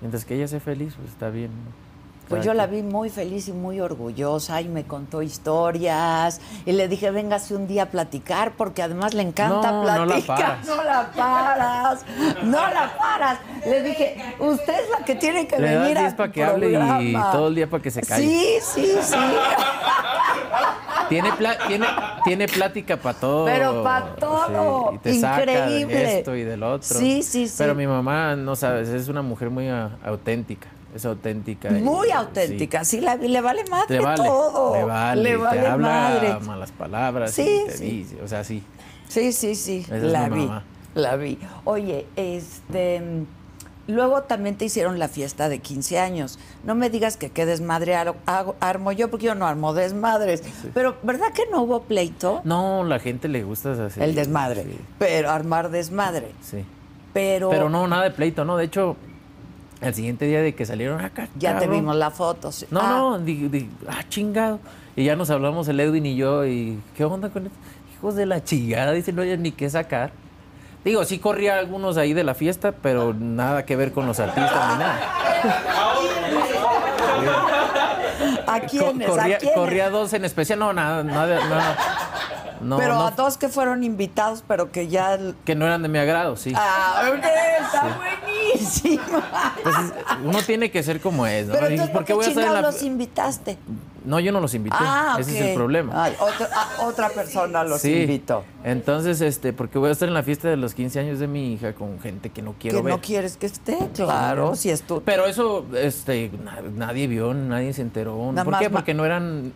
mientras que ella sea feliz, pues está bien. ¿no? Pues Cada yo la quien. vi muy feliz y muy orgullosa y me contó historias y le dije, véngase un día a platicar porque además le encanta No, no la platicar. paras. No la paras. No la paras. Le dije, usted es la que tiene que Le das venir a 10 mi para que hable y programa". todo el día para que se calle. Sí, sí, sí. Tiene, pla- tiene, tiene plática para todo. Pero pa' todo. Sí, y te saca Increíble. de esto y del otro. Sí, sí, sí. Pero mi mamá, no sabes, es una mujer muy ah, auténtica. Es auténtica. y- Muy sí. auténtica. Sí, la vi. Le vale madre Le vale, todo. le vale, Le te vale habla madre. malas palabras, Sí, y te sí. dice, o sea, sí. Sí, sí, sí, Esa es la mi vi, mamá. la vi. Oye, este, mm, luego también te hicieron la fiesta de 15 años. No me digas que qué desmadre ar- hago- armo yo, porque yo no armo desmadres. Pero, ¿verdad que no hubo pleito? No, la gente le gusta así. El desmadre, Sí, pero armar desmadre. sí. Pero, Pero no, nada de pleito, no. De hecho, el siguiente día de que salieron "Ah, acá. ya te vimos la foto. sí. No, Ah, no, di- di- ah, chingado. Y ya nos hablamos el Edwin y yo, y ¿qué onda con esto? Hijos de la chingada, dice, no hay ni qué sacar. Digo, sí corría algunos ahí de la fiesta, pero nada que ver con los artistas ni nada. ¿A Co- quiénes? corría, ¿A quiénes? corría dos en especial, no, nada, nada, nada. No, pero no, a dos que fueron invitados, pero que ya... que no eran de mi agrado, sí. Ah, ok, está buenísimo. Entonces, uno tiene que ser como es, ¿no? Pero Y dices, entonces, ¿por qué en chingados la- los invitaste? No, yo no los invité. Ah, pues, Ese ok. es el problema. Ay, otra, ah, otra persona los Sí. invitó. Entonces, este, porque voy a estar en la fiesta de los 15 años de mi hija con gente que no quiero Que ver. no quieres que esté, claro, si es tu... Pero eso, este, na- nadie vio, nadie se enteró. Nada ¿Por más qué? ma- Porque no eran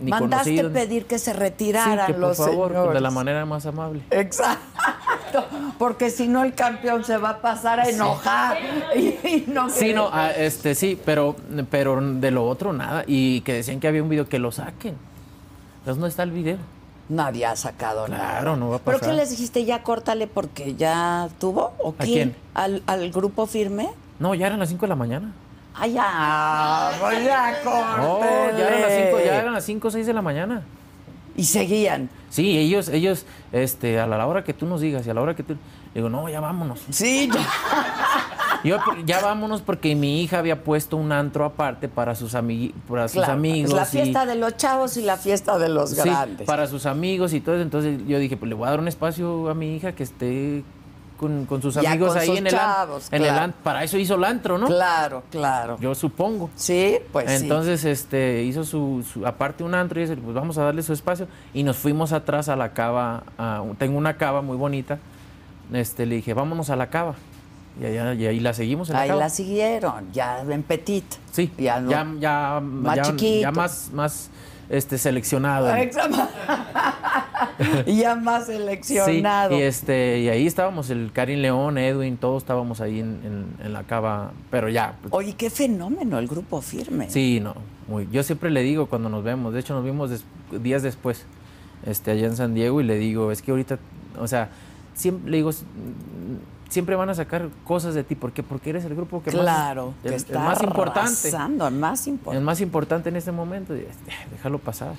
ni Mandaste conocidos. pedir que se sí, retiraran que por los favor, de la señores. manera más amable. Exacto, porque si no el campeón se va a pasar a enojar. Y, y no Sí, querer- no, ah, este, sí, pero, pero de lo otro nada. Y que decían que había un video que lo saquen. Entonces no está el video. Nadie ha sacado nada. Claro, no va a ¿Pero qué pasar. les dijiste? ¿Ya córtale porque ya tuvo? ¿O qué? quién? ¿Al, al grupo firme? No, ya eran las 5 de la mañana. Ay, ya, pues ya No, córtale. ya Oh, eran las 5, ya eran las 5 o 6 de la mañana. Y seguían. Sí, ellos, ellos, este, a la hora que tú nos digas y a la hora que tú. Digo, no, ya vámonos. Sí, ya. Yo, ya vámonos porque mi hija había puesto un antro aparte para sus, amigui- para sus Claro, amigos. Es la y- fiesta de los chavos y la fiesta de los sí, grandes. para sus amigos y todo. eso. Entonces yo dije, pues le voy a dar un espacio a mi hija que esté con, con sus Ya amigos con ahí sus en el an- chavos, en el claro. an- Para eso hizo el antro, ¿no? Claro, claro. Yo supongo. Sí, pues sí. Entonces, este, hizo su, su- aparte un antro y dice, pues vamos a darle su espacio. Y nos fuimos atrás a la cava, a- tengo una cava muy bonita. Este, le dije, vámonos a la cava. Y, allá, y ahí la seguimos en la Ahí cava. la siguieron, ya en petit. Sí, Ya ya, no. ya, ya, Más ya- chiquito. ya más, más este, seleccionado. Exa- ya más Sí, seleccionado. y, este, y ahí estábamos, el Karin León, Edwin, todos estábamos ahí en, en- en la cava, pero ya. pues, Oye, qué fenómeno el grupo firme. Sí, no, muy. Yo siempre le digo cuando nos vemos, de hecho nos vimos des- días después, este, allá en San Diego, y le digo, es que ahorita, o sea, siempre, le digo, "S- mm, siempre van a sacar cosas de ti, ¿por qué? Porque eres el grupo que más- claro, que el- el está más importante. arrasando, el más el importante. más importante en este momento, y, eh, este, déjalo pasar.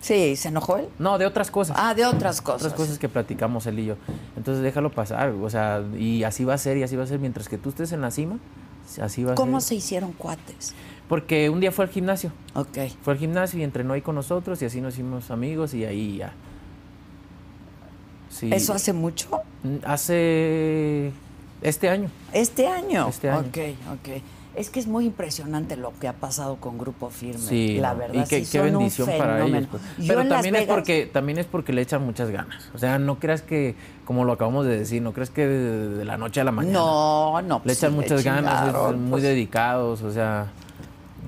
Sí, ¿se enojó él? No, de otras cosas. Ah, de otras cosas. Otras cosas que platicamos él y yo. Entonces déjalo pasar, o sea, y así va a ser, y así va a ser. Mientras que tú estés en la cima, así va a ¿Cómo se ser. hicieron cuates? Porque un día fue al gimnasio. Ok. Fue al gimnasio y entrenó ahí con nosotros, y así nos hicimos amigos, y ahí ya. Sí. ¿Eso hace mucho? Hace. Este año. Este año. Este año. Ok, ok. Es que es muy impresionante lo que ha pasado con Grupo Firme. Sí, la no, verdad. y qué, sí, qué son un bendición para ellos. fenómeno. pues. Yo Pero en Las también es Vegas- porque también es porque le echan muchas ganas. O sea, no creas que, como lo acabamos de decir, no creas que de, de la noche a la mañana. No, no. Le pues echan sí, muchas ganas, es- chingaron, es muy pues. dedicados, o sea,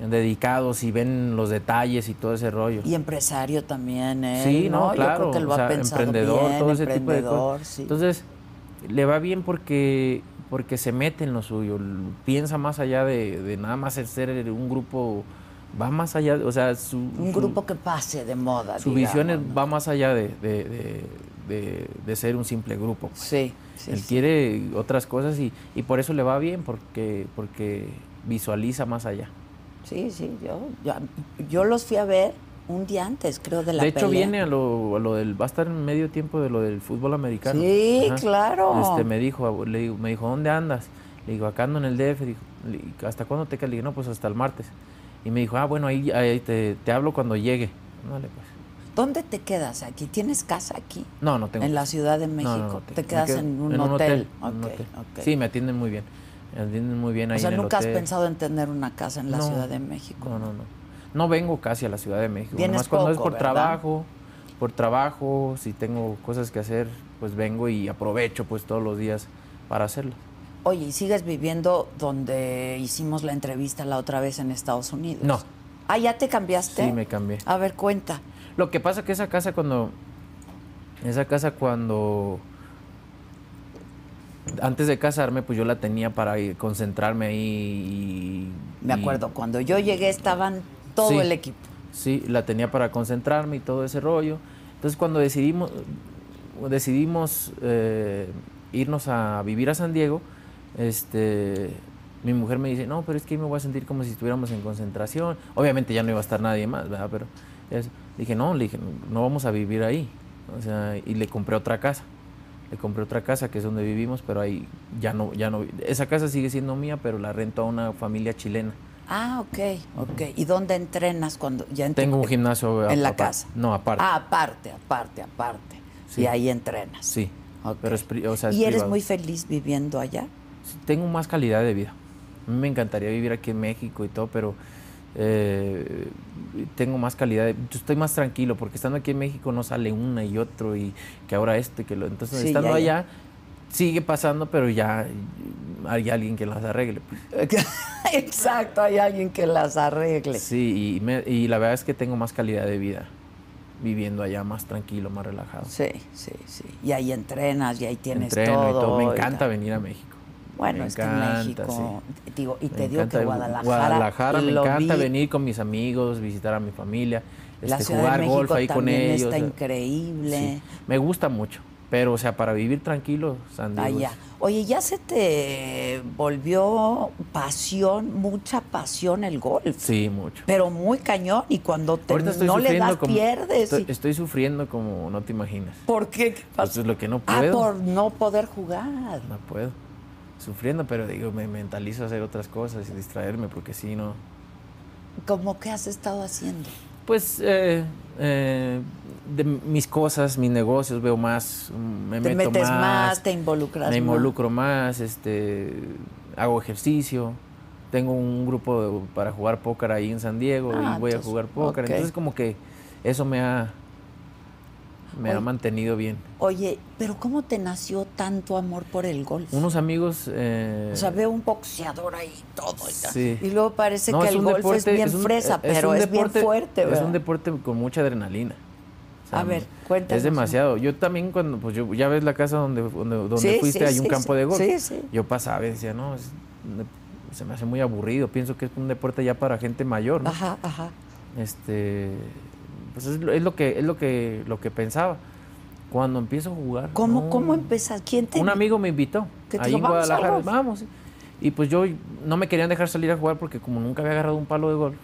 dedicados y ven los detalles y todo ese rollo. Y empresario también, ¿eh? Sí, no, claro. Yo creo que lo o ha sea, pensado emprendedor, bien, todo ese tipo de emprendedor, cosas. sí. Entonces, le va bien porque porque se mete en lo suyo, l- piensa más allá de, de nada más el ser un grupo, va más allá, o sea, su, un su- grupo que pase de moda. su digamos, visión es- ¿no? va más allá de, de- de- de- de ser un simple grupo. pues. Sí, sí. Él sí. quiere otras cosas y, y por eso le va bien, porque, porque visualiza más allá. Sí, sí, yo, yo, yo los fui a ver un día antes, creo, de la de hecho, pelea. viene a lo, a lo del. Va a estar en medio tiempo de lo del fútbol americano. Sí, claro. Este, me dijo, le digo- me dijo, ¿dónde andas? Le digo, acá ando en el DF. Dijo, le- "¿Y ¿hasta cuándo te quedas? Le digo, no, pues hasta el martes. Y me dijo, ah, bueno, ahí, ahí te, te hablo cuando llegue. Ándale, pues. ¿Dónde te quedas aquí? ¿Tienes casa aquí? No, no tengo. En la Ciudad de México. No, no, no te, tengo. Me quedas quedo en un en hotel. en un Ok, hotel. ok. Sí, me atienden muy bien. Me atienden muy bien ahí o sea, en el nunca has hotel. pensado en tener una casa en la No, Ciudad de México. No, no, no. No vengo casi a la Ciudad de México. Vienes Nomás cuando es poco, por ¿verdad? trabajo, por trabajo, si tengo cosas que hacer, pues vengo y aprovecho pues todos los días para hacerlo. Oye, ¿y sigues viviendo donde hicimos la entrevista la otra vez en Estados Unidos? No. Ah, ¿ya te cambiaste? Sí, me cambié. A ver, cuenta. Lo que pasa que esa casa cuando esa casa cuando antes de casarme, pues yo la tenía para ir- concentrarme ahí y Me y- acuerdo, cuando yo llegué estaban todo Sí. el equipo. Sí, la tenía para concentrarme y todo ese rollo. Entonces cuando decidimos, decidimos eh, irnos a vivir a San Diego, este, mi mujer me dice, no, pero es que ahí me voy a sentir como si estuviéramos en concentración. Obviamente ya no iba a estar nadie más, ¿verdad? Pero es- dije, no, le dije, no vamos a vivir ahí. O sea, y le compré otra casa. Le compré otra casa que es donde vivimos, pero ahí ya no, ya no. Esa casa sigue siendo mía, pero la rento a una familia chilena. Ah, ok, ok. ¿Y dónde entrenas cuando ya entre- Tengo un gimnasio en la aparte. casa? No, aparte. Ah, aparte, aparte, aparte. Sí. Y ahí entrenas. Sí. ah, Ok. Pero es pri- o sea, es ¿Y eres privado. muy feliz viviendo allá? Sí, Tengo más calidad de vida. A mí me encantaría vivir aquí en México y todo, pero eh, tengo más calidad. de- yo estoy más tranquilo porque estando aquí en México no sale una y otro y que ahora esto y que lo. Entonces, Sí, estando ya, ya. allá sigue pasando, pero ya hay alguien que las arregle. pues. Exacto, hay alguien que las arregle. Sí, y, me- y la verdad es que tengo más calidad de vida viviendo allá, más tranquilo, más relajado. Sí, sí, sí. Y ahí entrenas y ahí tienes Entreno todo. y todo. Me y encanta tal. venir a México. Bueno, Me es que encanta, México, sí. digo, y te Me digo que encanta Guadalajara, Guadalajara, me lo encanta vi, venir con mis amigos, visitar a mi familia, la este, Ciudad jugar de golf México ahí con también ellos. está o sea, increíble. sí, me gusta mucho, pero o sea, para vivir tranquilo, San Diego Allá. es- Oye, ya se te volvió pasión, mucha pasión el golf. Sí, mucho. Pero muy cañón y cuando te, Ahorita estoy no le sufriendo das como- pierdes. Estoy, y- estoy sufriendo como no te imaginas. ¿Por qué? ¿Qué pasó? Eso Pues es lo que no Ah, puedo. por no poder jugar. No puedo. Sufriendo, pero digo, me mentalizo a hacer otras cosas y distraerme porque si no, ¿Cómo que has estado haciendo? Pues eh, eh, de mis cosas, mis negocios, veo más, mm, me Te meto metes más, más, te involucras me más. involucro más, este, hago ejercicio, tengo un grupo de- para jugar póker ahí en San Diego Ah, y voy entonces, a jugar póker, ok. entonces como que eso me ha me ha Oye. mantenido bien. Oye, pero ¿cómo te nació tanto amor por el golf? Unos amigos, eh, o sea, veo un boxeador ahí y todo. y tal. Sí. Y luego parece no, que es el un golf deporte- es bien un- e, fresa, pero un es deporte- bien fuerte, ¿verdad? Es un deporte con mucha adrenalina. O A ver, Es cuéntanos. demasiado. Yo también cuando, pues yo, ya ves la casa donde, donde, donde Sí, fuiste, sí, hay un sí, campo sí. de golf. Sí, sí. Yo pasaba y decía, no, es- me- se me hace muy aburrido, pienso que es un deporte ya para gente mayor. ¿no? Ajá, ajá. Este, pues es, lo- es lo que, es lo que, lo que pensaba. Cuando empiezo a jugar. ¿Cómo, no, cómo empezas? ¿Quién te un amigo me invitó. Que te ahí dijo, en "Vamos al Guadalajara. golf". Vamos. Y pues yo no me querían dejar salir a jugar porque como nunca había agarrado un palo de golf,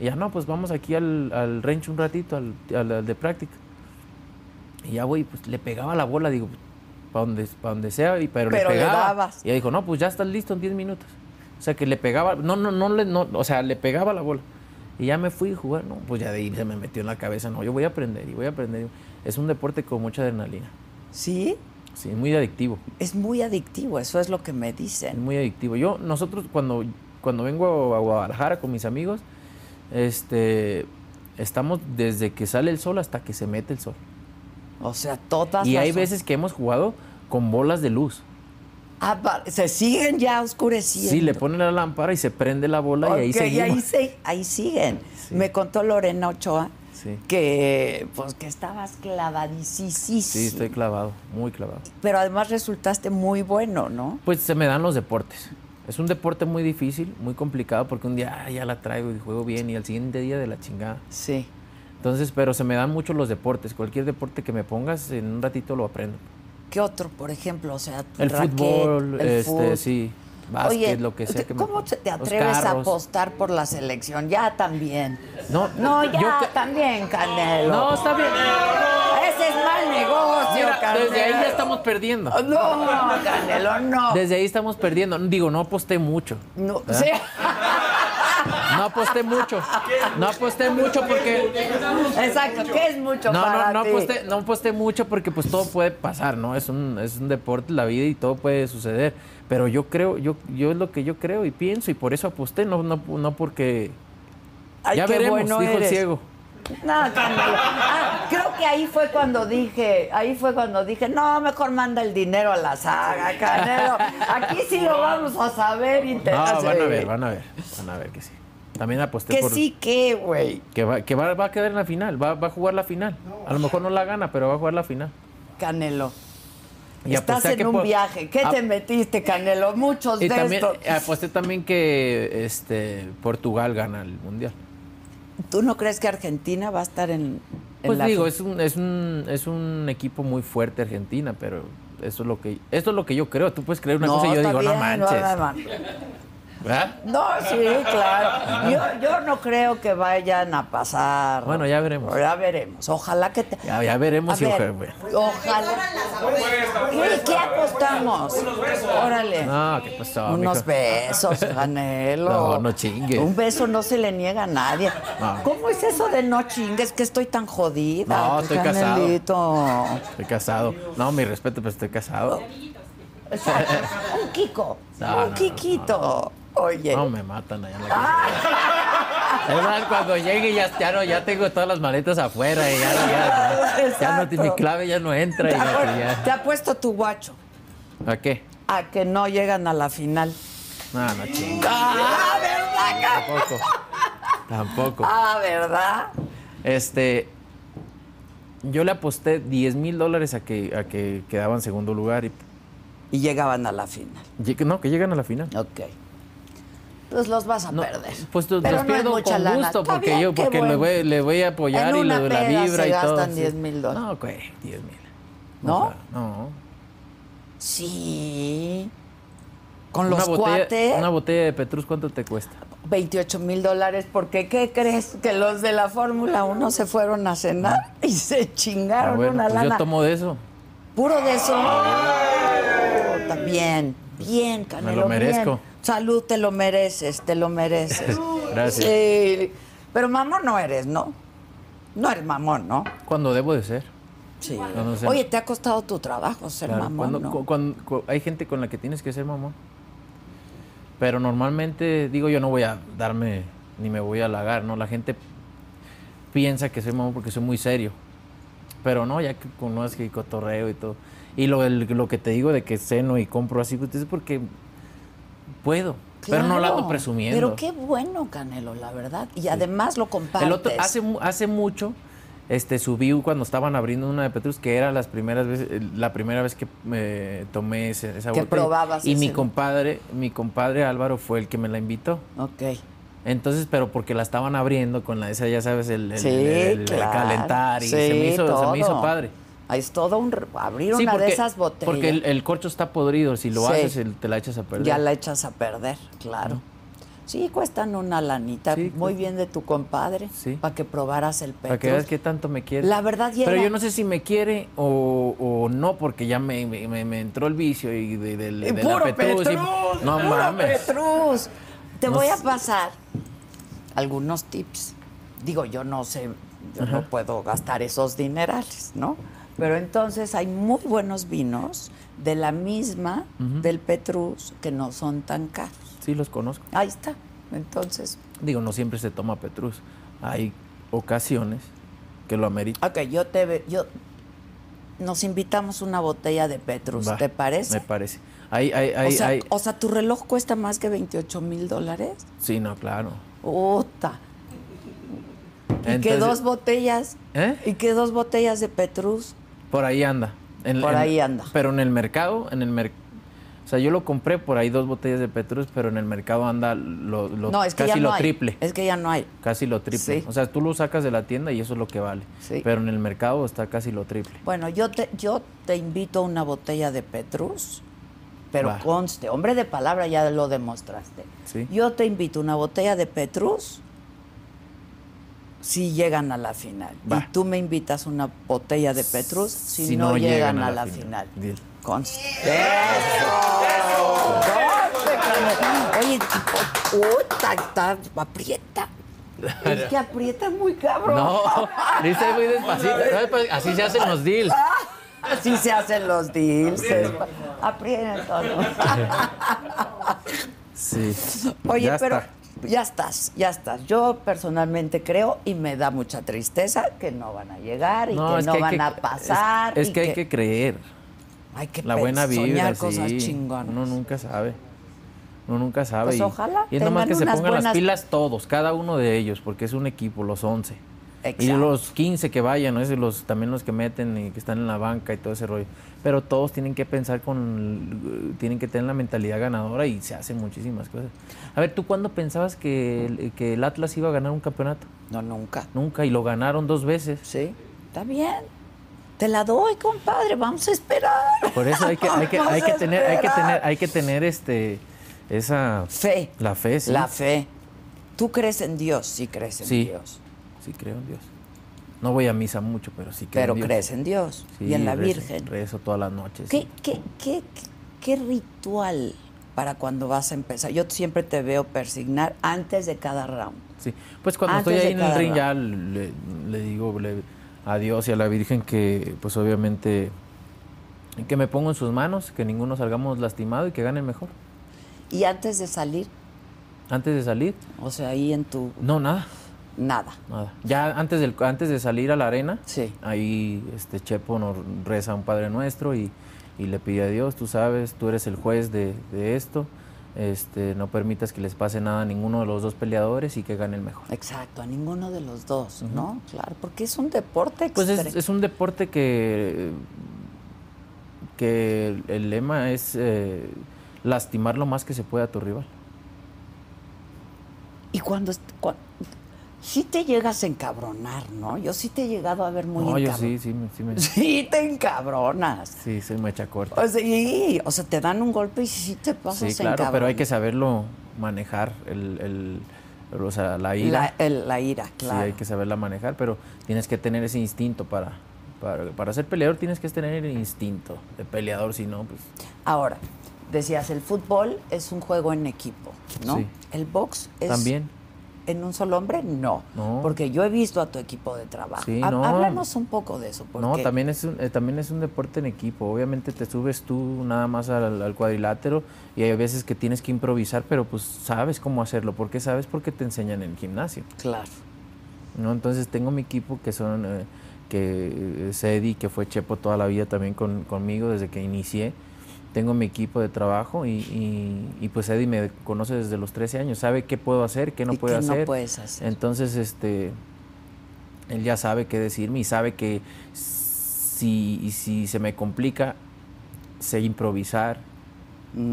Y ya, no, pues vamos aquí al, al ranch un ratito, al, al- al de práctica. Y ya, güey, pues le pegaba la bola, digo, para donde, pa' donde sea, y, pero, Pero le le pegaba. dabas. Y ella dijo, no, pues ya estás listo en 10 minutos. O sea, que le pegaba, no, no, no, le- no, o sea, le pegaba la bola. Y ya me fui a jugar, no, pues ya de ahí se me metió en la cabeza, no, yo voy a aprender y voy a aprender. Es un deporte con mucha adrenalina, ¿Sí? sí, muy adictivo. Es muy adictivo, eso es lo que me Es dicen. muy adictivo. Yo, nosotros cuando, cuando vengo a Guadalajara con mis amigos, este, estamos desde que sale el sol hasta que se mete el sol. O sea, todas Y las- hay veces que hemos jugado con bolas de luz. Ah, pa- se siguen ya oscureciendo. Sí, le ponen la lámpara y se prende la bola y ahí Ok, y ahí, seguimos. se- ahí siguen. Me contó Lorena Ochoa Sí. que, pues, que estabas clavadicísimo. Sí, estoy clavado, muy clavado. Pero además resultaste muy bueno, ¿no? Pues se me dan los deportes. Es un deporte muy difícil, muy complicado, porque un día "Ah, ya la traigo y juego bien y al siguiente día de la chingada. Sí. Entonces, pero se me dan mucho los deportes. Cualquier deporte que me pongas, en un ratito lo aprendo. ¿Qué otro, por ejemplo? O sea, tu El raquet, fútbol, el este, fut- sí, básquet, Oye, lo que sea. Que me ¿cómo ponga. te- te Los atreves a carros. apostar por la selección? Ya también. No, No, ya yo te- también, Canelo. no, está bien. Ese es mal negocio, Mira, Canelo. desde ahí ya estamos perdiendo. No, Canelo, Oh, no. Desde Ah. ahí estamos perdiendo. Digo, no aposté mucho. No, ¿verdad? sí. No aposté mucho. No aposté mucho porque. Exacto, que es mucho No, no, para no ti. aposté, no aposté mucho porque pues todo puede pasar, ¿no? Es un, es un deporte, la vida y todo puede suceder. Pero yo creo, yo, yo es lo que yo creo y pienso y por eso aposté, no, no, no porque. Ay, ya qué veremos, bueno dijo el eres. ciego. No, Canelo. Ah, creo que ahí fue cuando dije, ahí fue cuando dije, no, mejor manda el dinero a la saga, Canelo. Aquí sí lo vamos a saber y te No, vas Ah, van a ver, van a ver, van a ver que sí. También aposté eh, Que por sí, que, güey. que va, que va, va a quedar en la final, va, va a jugar la final. A lo mejor no la gana, pero va a jugar la final. Canelo. Y Estás aposté a en que un po- viaje. ¿Qué a- te metiste, Canelo? Muchos Pues de Y también eh, estos. aposté también que este Portugal gana el mundial. ¿Tú no crees que Argentina va a estar en, en Pues la digo, es un, es un es un equipo muy fuerte Argentina, pero eso es lo que esto es lo que yo creo. Tú puedes creer una cosa y yo está digo, no bien, manches. no, no, no. ¿Verdad? No, sí, claro. Yo, yo no creo que vayan a pasar. Bueno, ya veremos. Ya veremos. Ojalá que te. Ya, ya veremos A si ver, ojalá- Ojalá. ¿Qué, qué apostamos? Órale. No, ¿qué pasó? Unos mijo? besos, Canelo. No, no chingues. Un beso no se le niega a nadie. No. ¿Cómo es eso de no chingues? Que estoy tan jodida. No, pues, estoy casado. Canelito. Estoy casado. No, mi respeto, pero estoy casado. Un Kiko. No, no, un no, Kikito. Oye. No, me matan allá en la casa. Es más, cuando llegue ya, ya, no, ya tengo todas las maletas afuera y ya, ya, ya, ya no Exacto. ti- mi clave ya no entra. Y te, ya, ha, ya- te ha puesto tu guacho ¿A qué? a que no llegan a la final. No, no chingo, Ah, ¿verdad, Ca- tampoco. Tampoco. Ah, ¿verdad? Este, yo le aposté 10 mil dólares a que, a que quedaba en segundo lugar y Y llegaban a la final. lleg- no, que llegan a la final. Ok. Pues los vas a No, perder. pues los Pero los no es pierdo mucha con lana. gusto Está porque bien, yo qué porque le, bueno. voy, le voy a apoyar En y le una doy la peda vibra se y todo. gastan sí. 10,000 dólares. No, güey, 10 mil. ¿No? no. Sí. Con Una los botella, cuates, Una botella de Petrus, ¿cuánto te cuesta? 28 mil dólares, porque ¿qué crees? Que los de la Fórmula 1 se fueron a cenar y se Ah, chingaron bueno, una pues lana. yo tomo de eso. Puro de eso. Bien, bien, Canelo. lo merezco. bien. Salud, te lo mereces, te lo mereces. Gracias. Sí. Pero mamón no eres, ¿no? No eres mamón, ¿no? Cuando debo de ser. Sí. Cuando sea- Oye, te ha costado tu trabajo ser Claro, mamón, cuando- ¿no? cu- cuando- cu- hay gente con la que tienes que ser mamón. Pero normalmente, digo, yo no voy a darme, ni me voy a halagar, ¿no? La gente piensa que soy mamón porque soy muy serio. Pero no, ya que conozco y cotorreo y todo. Y lo, el- lo que te digo de que ceno y compro así, pues es porque puedo. Pero no lo hago Claro. presumiendo. Pero qué bueno, Canelo, la verdad. Y además lo compartes. El otro, hace, mu- hace mucho este, subí cuando estaban abriendo una de Petrus, que era las primeras veces, el- la primera vez que eh, tomé ese- esa Que botella. probabas Y mi ese- compadre, mi compadre Álvaro fue el que me la invitó. Ok. Entonces, pero porque la estaban abriendo con la esa, ya sabes, el, el- sí, el- el- el claro. calentar y se, Sí, me hizo, se me hizo todo. padre. Ahí es todo un... re- Abrir Sí, una porque, de esas botellas. porque el, el corcho está podrido, si lo Sí. haces el- te la echas a perder. Ya la echas a perder, claro. Sí, cuestan una lanita. Sí, Muy cuesta. bien de tu compadre. Sí. Para que probaras el petrus. Para que veas qué tanto me quiere. La verdad, y Pero era- yo no sé si me quiere o, o no, porque ya me, me- me- me entró el vicio y de, del- Y de la Eh, puro Petrus y- Petrus, no puro mames. Petrus. Te No voy a sé. pasar algunos tips. Digo, yo no sé, yo no puedo gastar esos dinerales, ¿no? Pero entonces hay muy buenos vinos de la misma del Petrus que no son tan caros. Sí, los conozco. Ahí está. Entonces, Digo, no siempre se toma Petrus. Hay ocasiones que lo ameritan. ok, yo te ve- yo nos invitamos una botella de Petrus, Va, ¿te parece? Me parece. Hay, hay, hay, o, sea, hay- o sea, tu reloj cuesta más que 28 mil dólares. Sí, no, claro. Puta. y que Entonces, dos botellas. ¿Eh? Y que dos botellas de Petrus. Por ahí anda. En- Por en- ahí anda. Pero en el mercado, en el mer- o sea, yo lo compré por ahí dos botellas de Petrus, pero en el mercado anda lo, lo- no, es que casi ya no lo hay. triple. Es que ya no hay. Casi lo triple. Sí. O sea, tú lo sacas de la tienda y eso es lo que vale. Sí. Pero en el mercado está casi lo triple. Bueno, yo te, yo te invito a una botella de Petrus, pero Va. conste, hombre de palabra, ya lo demostraste. Sí. Yo te invito a una botella de Petrus si llegan a la final. Va. Y tú me invitas una botella de Petrus si, no, llegan, a la, final. Deal. Conste. ¡Eso! ¡Conste, carnal! Oye, puta, está aprieta. Es que aprieta muy cabrón. No, viste, muy despacito. No, pues, Así se hacen los deals. Así se hacen los deals. Aprieta Sí. Oye, Ya pero está. ya estás, ya estás. Yo personalmente creo y me da mucha tristeza que no van a llegar y que es no hay van que- a pasar. Es, es y que hay que creer. hay que La buena pe- soñar vibra, cosas sí. chingonas. Uno nunca sabe. Uno nunca sabe. Pues y- ojalá Y es nomás tengan que se unas pongan buenas- las pilas todos, cada uno de ellos, porque es un equipo, los 11. Y Exacto. los 15 que vayan, ¿no? Es los, también los que meten y que están en la banca y todo ese rollo. Pero todos tienen que pensar con. Tienen que tener la mentalidad ganadora y se hacen muchísimas cosas. A ver, ¿tú cuándo pensabas que, el- que el Atlas iba a ganar un campeonato? No, nunca. Nunca, y lo ganaron dos veces. Sí, está bien. Te la doy, compadre. Vamos a esperar. Por eso hay que, hay que, hay que Vamos a tener, hay que tener, esperar. hay que tener este esa Fe. la fe, sí. La fe. Tú crees en Dios, sí crees en Sí. Dios. Sí, creo en Dios. No voy a misa mucho, pero sí creo Pero en Dios. crees en Dios Sí, y en la rezo- Virgen. Rezo todas las noches. ¿Qué, sí. qué, qué, qué ritual para cuando vas a empezar? Yo siempre te veo persignar antes de cada round. Sí. Pues cuando Antes estoy ahí de en el cada ring ya le, le digo le- a Dios y a la Virgen que pues obviamente que me pongo en sus manos, que ninguno salgamos lastimado y que ganen mejor. Y antes de salir, Antes de salir, o sea, ahí en tu no nada. nada. Nada. Ya antes, del, antes de salir a la arena, Sí. ahí este Chepo nos reza a un Padre Nuestro y, y le pide a Dios, tú sabes, tú eres el juez de, de esto, este, no permitas que les pase nada a ninguno de los dos peleadores y que gane el mejor. Exacto, a ninguno de los dos, ¿no? Claro, porque es un deporte Pues extremo. es, es un deporte que, que el- el lema es eh, lastimar lo más que se pueda a tu rival. Y cuando, est- cua- sí te llegas a encabronar, ¿no? Yo sí te he llegado a ver muy no, yo encabronada. sí, sí, me- sí, me- Sí, te encabronas. sí, soy mecha corta. O sea, y- o sea, te dan un golpe y sí te pasas Sí, claro, pero hay que encabronar. saberlo manejar, el, el- o sea, la ira. La, el- la ira, claro. Sí, hay que saberla manejar, pero tienes que tener ese instinto para, para, para ser peleador, tienes que tener el instinto de peleador, si no, pues Ahora, decías, el fútbol es un juego en equipo, ¿no? Sí. El box es... también. ¿En un solo hombre? No. No. Porque yo he visto a tu equipo de trabajo. Sí, Ha- no. Háblanos un poco de eso. Porque No, también es, un, eh, también es un deporte en equipo. Obviamente te subes tú nada más al, al cuadrilátero y hay veces que tienes que improvisar, pero pues sabes cómo hacerlo. ¿Por qué sabes? Porque te enseñan en el gimnasio. Claro. ¿no? Entonces tengo mi equipo que son eh, que eh, Cedi, que fue Chepo toda la vida también con- conmigo desde que inicié. Tengo mi equipo de trabajo y, y- y, pues Eddie me conoce desde los 13 años, sabe qué puedo hacer, qué no ¿Y puedo qué no hacer. puedes hacer? Entonces, este, él ya sabe qué decirme y sabe que si, y si se me complica, sé improvisar,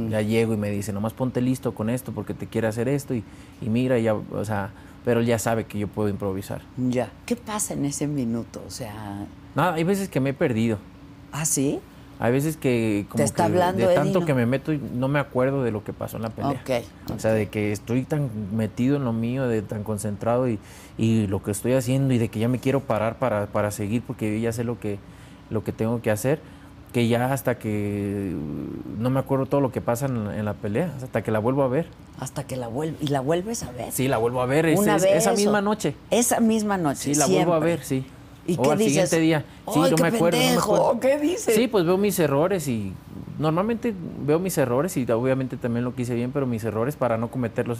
ya llego y me dice, nomás ponte listo con esto porque te quiere hacer esto y, y mira, y ya, o sea, pero él ya sabe que yo puedo improvisar. Ya. ¿Qué pasa en ese minuto? O sea, Nada, hay veces que me he perdido. ¿ah, sí? Hay veces que como Te está que hablando, de Eddie, tanto ¿no? que me meto y no me acuerdo de lo que pasó en la pelea. Ok, O sea, de que estoy tan metido en lo mío, de tan concentrado y, y lo que estoy haciendo y de que ya me quiero parar para, para seguir porque yo ya sé lo que, lo que tengo que hacer, que ya hasta que uh, no me acuerdo todo lo que pasa en, la- en la pelea, hasta que la vuelvo a ver. Hasta que la vuelves. ¿Y la vuelves a ver? Sí, la vuelvo a ver es- Una es- vez esa o- misma noche. Esa misma noche. Sí, la vuelvo a siempre. ver, sí. ¿Y o qué al dices? siguiente día. Sí, ¡Ay, no qué me acuerdo. no me pendejo! acuerdo. ¿Qué dices? Sí, pues veo mis errores y normalmente veo mis errores y obviamente también lo que hice bien, pero mis errores para no cometerlos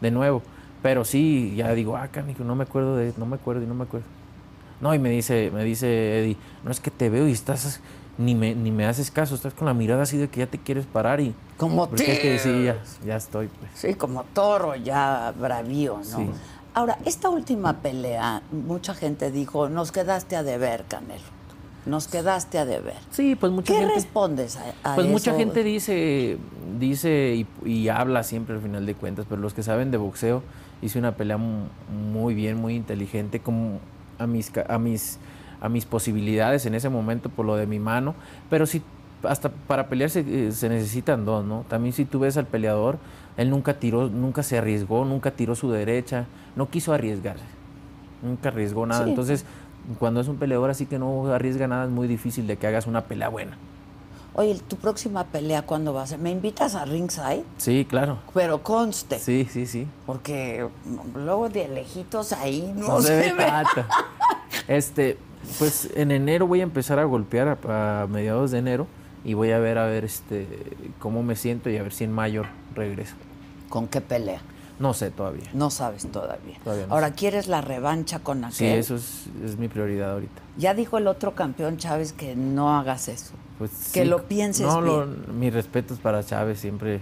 de nuevo. Pero sí, ya digo, ah, canijo, no me acuerdo de, no me acuerdo y no me acuerdo. No, y me dice, me dice Eddie, no es que te veo y estás, ni me, ni me haces caso, estás con la mirada así de que ya te quieres parar y... Como Porque es que sí, ya, ya estoy, pues. Sí, como toro ya bravío, ¿no? Sí. Ahora, esta última pelea, mucha gente dijo, nos quedaste a deber, Canelo. Nos quedaste a deber. Sí, pues mucha ¿Qué gente... respondes a, a Pues mucha eso? gente dice, dice y, y habla siempre al final de cuentas, pero los que saben de boxeo, hice una pelea mu- muy bien, muy inteligente, como a mis, ca- a mis, a mis posibilidades en ese momento por lo de mi mano, pero sí, hasta para pelear se, eh, se necesitan dos, ¿no? También si tú ves al peleador, él nunca tiró, nunca se arriesgó, nunca tiró su derecha, no quiso arriesgarse, nunca arriesgó nada. Sí. Entonces, cuando es un peleador así que no arriesga nada, es muy difícil de que hagas una pelea buena. Oye, ¿tu próxima pelea cuándo va a ser? ¿Me invitas a ringside? Sí, claro. Pero conste, Sí, sí, sí. porque luego de lejitos ahí no, No se ve ve. tanto. Este, pues en enero voy a empezar a golpear a, a mediados de enero y voy a ver a ver este cómo me siento y a ver si en mayo regreso. ¿Con qué pelea? No sé todavía. No sabes todavía. Todavía no Ahora, sé. ¿quieres la revancha con aquel? Sí, eso es, es mi prioridad ahorita. Ya dijo el otro campeón Chávez que no hagas eso. Pues, Que lo pienses No, lo- mis respetos para Chávez, siempre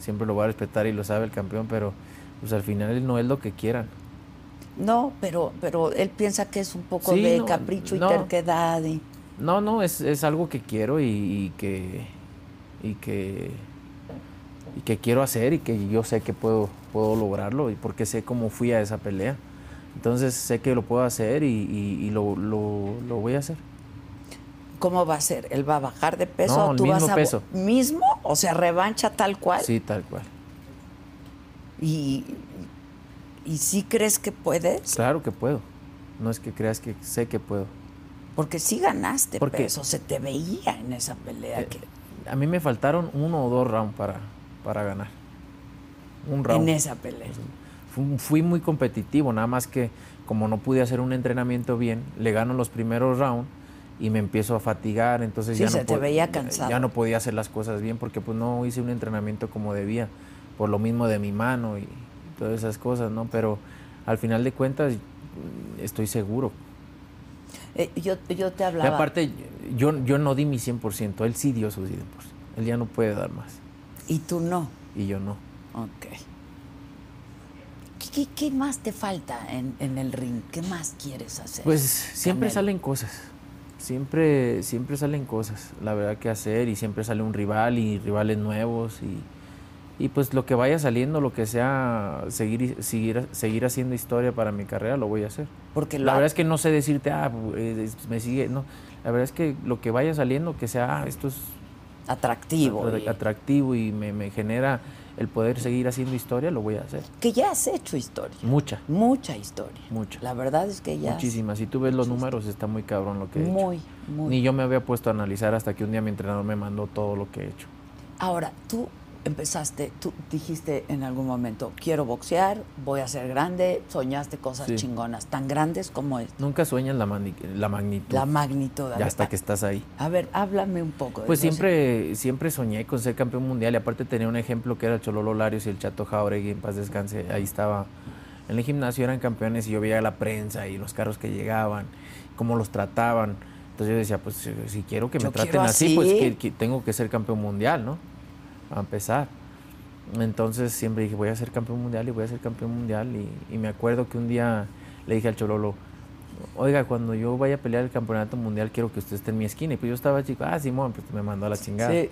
siempre lo voy a respetar y lo sabe el campeón, pero pues al final no es lo que quieran. No, pero, pero él piensa que es un poco Sí, de no, capricho y no. terquedad. y- No, no, es, es algo que quiero y, y que y que y que quiero hacer y que yo sé que puedo puedo lograrlo y porque sé cómo fui a esa pelea. Entonces sé que lo puedo hacer y, y- y lo, lo- lo voy a hacer. ¿Cómo va a ser? ¿Él va a bajar de peso? No, o el tú vas mismo a... peso. ¿Mismo? O sea, revancha tal cual. Sí, tal cual. Y, y sí crees que puedes, Claro que puedo. No es que creas que sé que puedo. porque sí ganaste ¿Por qué? peso. Se te veía en esa pelea. Eh, que- A mí me faltaron uno o dos rounds para, para ganar. Un round. en esa pelea. Fu- fui muy competitivo, nada más que como no pude hacer un entrenamiento bien, le gano los primeros rounds y me empiezo a fatigar, entonces Sí, ya, se no te po- veía cansado. ya no podía hacer las cosas bien porque pues no hice un entrenamiento como debía, por lo mismo de mi mano y todas esas cosas, ¿no? Pero al final de cuentas mm, estoy seguro. Eh, yo, yo te Y hablaba. aparte yo, yo no di mi 100%, él sí dio su 100%, él ya no puede dar más Y tú no. y yo no. Ok. ¿Qué, qué, qué más te falta en, en el ring? ¿Qué más quieres hacer? Pues siempre Canelo? salen cosas. Siempre, siempre salen cosas, la verdad que hacer y siempre sale un rival y rivales nuevos y, y pues lo que vaya saliendo, lo que sea, seguir, seguir, seguir haciendo historia para mi carrera, lo voy a hacer. Porque lo La ha- verdad es que no sé decirte, ah, eh, es- me sigue, no. La verdad es que lo que vaya saliendo, que sea, ah, esto es atractivo. atra- y- atractivo y me, me genera el poder seguir haciendo historia, lo voy a hacer. que ya has hecho historia. Mucha, Mucha historia. Mucha. La verdad es que ya. has- muchísima. Si tú ves los números, está muy cabrón lo que he hecho. Muy, muy. Ni yo me había puesto a analizar hasta que un día mi entrenador me mandó todo lo que he hecho. Ahora, tú empezaste, tú dijiste en algún momento, quiero boxear, voy a ser grande, soñaste cosas Sí. chingonas, tan grandes como esta. Nunca sueñas la, mani- la magnitud. La magnitud. a pues, ya ver, hasta a- que estás ahí. A ver, háblame un poco. de Pues eso. siempre, siempre soñé con ser campeón mundial y aparte tenía un ejemplo que era el Chololo Larios y el Chato Jauregui, en paz descanse, ahí estaba. En el gimnasio eran campeones y yo veía la prensa y los carros que llegaban, cómo los trataban. Entonces yo decía, pues si, si quiero que Yo me traten quiero así, pues así. que, que tengo que ser campeón mundial, ¿no? A empezar. Entonces siempre dije, voy a ser campeón mundial y voy a ser campeón mundial. Y, y me acuerdo que un día le dije al Chololo, oiga, cuando yo vaya a pelear el campeonato mundial, quiero que usted esté en mi esquina. Y pues yo estaba chico, ah, Simón, pues me mandó a la chingada. Sí.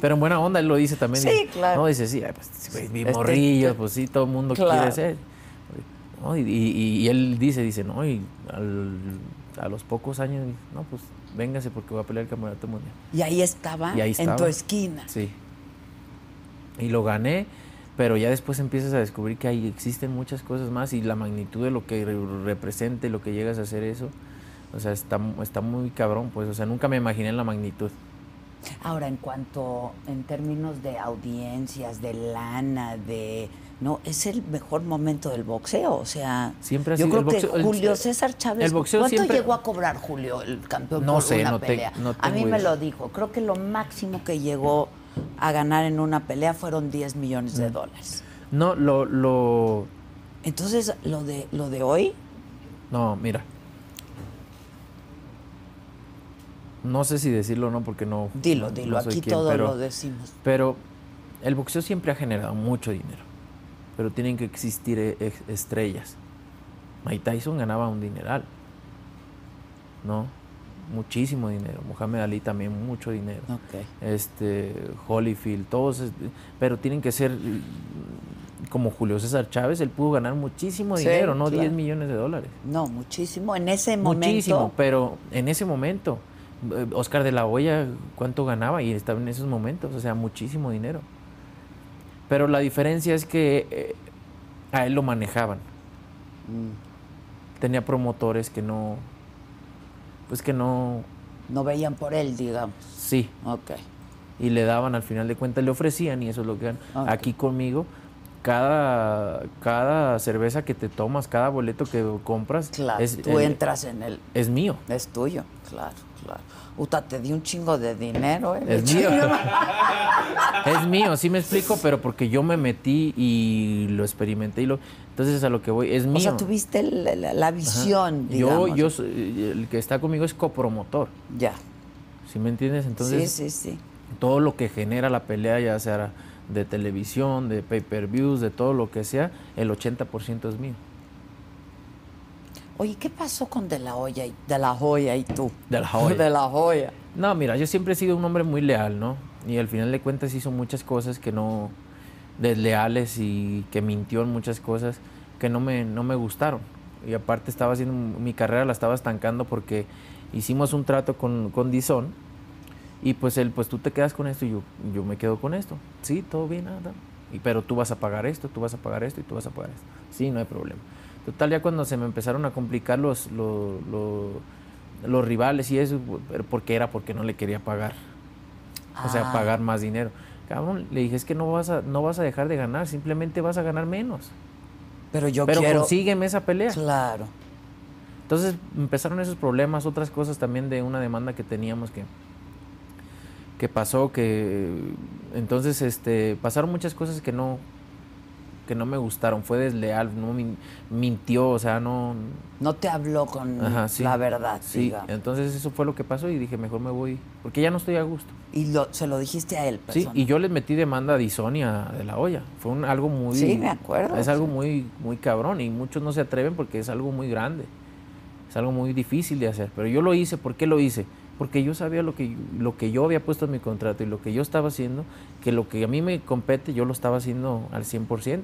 Pero en buena onda él lo dice también. Sí, dice, claro. No, dice, sí, ay, pues sí, güey, mi Este- morrillo, pues sí, todo el mundo Claro. quiere ser. No, y, y- y él dice, dice, no, y al a los pocos años, dije, no, pues véngase porque voy a pelear el campeonato mundial. Y ahí estaba, Y ahí en estaba. tu esquina. Sí. Y lo gané, pero ya después empiezas a descubrir que ahí existen muchas cosas más y la magnitud de lo que re- representa y lo que llegas a hacer eso. O sea, está, mu- está muy cabrón, pues. O sea, nunca me imaginé la magnitud. Ahora, en cuanto, en términos de audiencias, de lana, de... No, es el mejor momento del boxeo, o sea... Siempre ha yo sido- creo el boxeo- que el- eh, Julio César Chávez... el boxeo ¿Cuánto siempre- llegó a cobrar Julio, el campeón, No por sé, una no te- pelea? no a mí tengo me idea. lo dijo. Creo que lo máximo que llegó a ganar en una pelea fueron 10 millones Mm. de dólares. No, lo, lo, Entonces, lo de, lo de hoy... No, mira. No sé si decirlo o no, porque no. Dilo, no- dilo, no soy aquí quien, todo pero- lo decimos. Pero el boxeo siempre ha generado mucho dinero. Pero tienen que existir e- ex- estrellas. Mike Tyson ganaba un dineral. ¿No? Muchísimo dinero. Mohamed Ali también mucho dinero. Ok. Este, Holyfield, todos. este, pero tienen que ser eh, como Julio César Chávez. Él pudo ganar muchísimo Sí, dinero, no claro. 10 millones de dólares. No, muchísimo. En ese momento... Muchísimo, pero en ese momento, eh, Oscar de la Hoya, ¿cuánto ganaba? Y estaba en esos momentos, o sea, muchísimo dinero. Pero la diferencia es que eh, a él lo manejaban. mm, Tenía promotores que no, pues que no, No veían por él, digamos. sí, Ok. y le daban al final de cuentas, le ofrecían y eso es lo que ganan. Ah, Ok. Aquí conmigo, cada, cada cerveza que te tomas, cada boleto que compras, Claro, es, tú eh, entras en el... es mío. Es tuyo, claro, claro. Uta, te di un chingo de dinero, ¿eh? Es mío. es mío, sí me explico, pero porque yo me metí y lo experimenté y lo. Entonces a lo que voy, es mío. O sea, tuviste la, la- la Ajá. visión, digamos. yo, yo soy- el que está conmigo es copromotor. Ya. ¿Sí me entiendes? Entonces, sí, sí, sí. todo lo que genera la pelea, ya sea de televisión, de pay-per-views, de todo lo que sea, el 80% es mío. Oye, ¿qué pasó con De La Hoya y, de la Hoya y tú? De la Hoya. De La Hoya. No, mira, yo siempre he sido un hombre muy leal, ¿no? Y al final de cuentas hizo muchas cosas que no. desleales y que mintió en muchas cosas que no me, no me gustaron. Y aparte estaba haciendo. mi carrera la estaba estancando porque hicimos un trato con, con Dizon y pues él, pues tú te quedas con esto y yo, yo me quedo con esto. Sí, todo bien, nada. Y, pero tú vas a pagar esto, tú vas a pagar esto y tú vas a pagar esto. Sí, no hay problema. Total, ya cuando se me empezaron a complicar los, lo- lo- los rivales y eso, pero porque era porque no le quería pagar. O sea, Ah. pagar más dinero. Cabrón, le dije, es que no vas a, no vas a dejar de ganar, simplemente vas a ganar menos. Pero yo pero quiero... consígueme esa pelea. Claro. Entonces empezaron esos problemas, otras cosas también de una demanda que teníamos que, que pasó, que entonces este, pasaron muchas cosas que no, que no me gustaron, fue desleal, no min- mintió, o sea, no... No te habló con Ajá, sí. la verdad, Sí, eh. digamos. entonces eso fue lo que pasó y dije, mejor me voy, porque ya no estoy a gusto. Y lo- se lo dijiste a él, Sí, persona. y yo les metí demanda a Dizon y a De La olla Fue un- algo muy... Sí, me acuerdo, Es algo muy, muy cabrón y muchos no se atreven porque es algo muy grande. Es algo muy difícil de hacer. Pero yo lo hice. ¿Por qué lo hice? Porque yo sabía lo que, lo que yo había puesto en mi contrato y lo que yo estaba haciendo, que lo que a mí me compete yo lo estaba haciendo al 100%.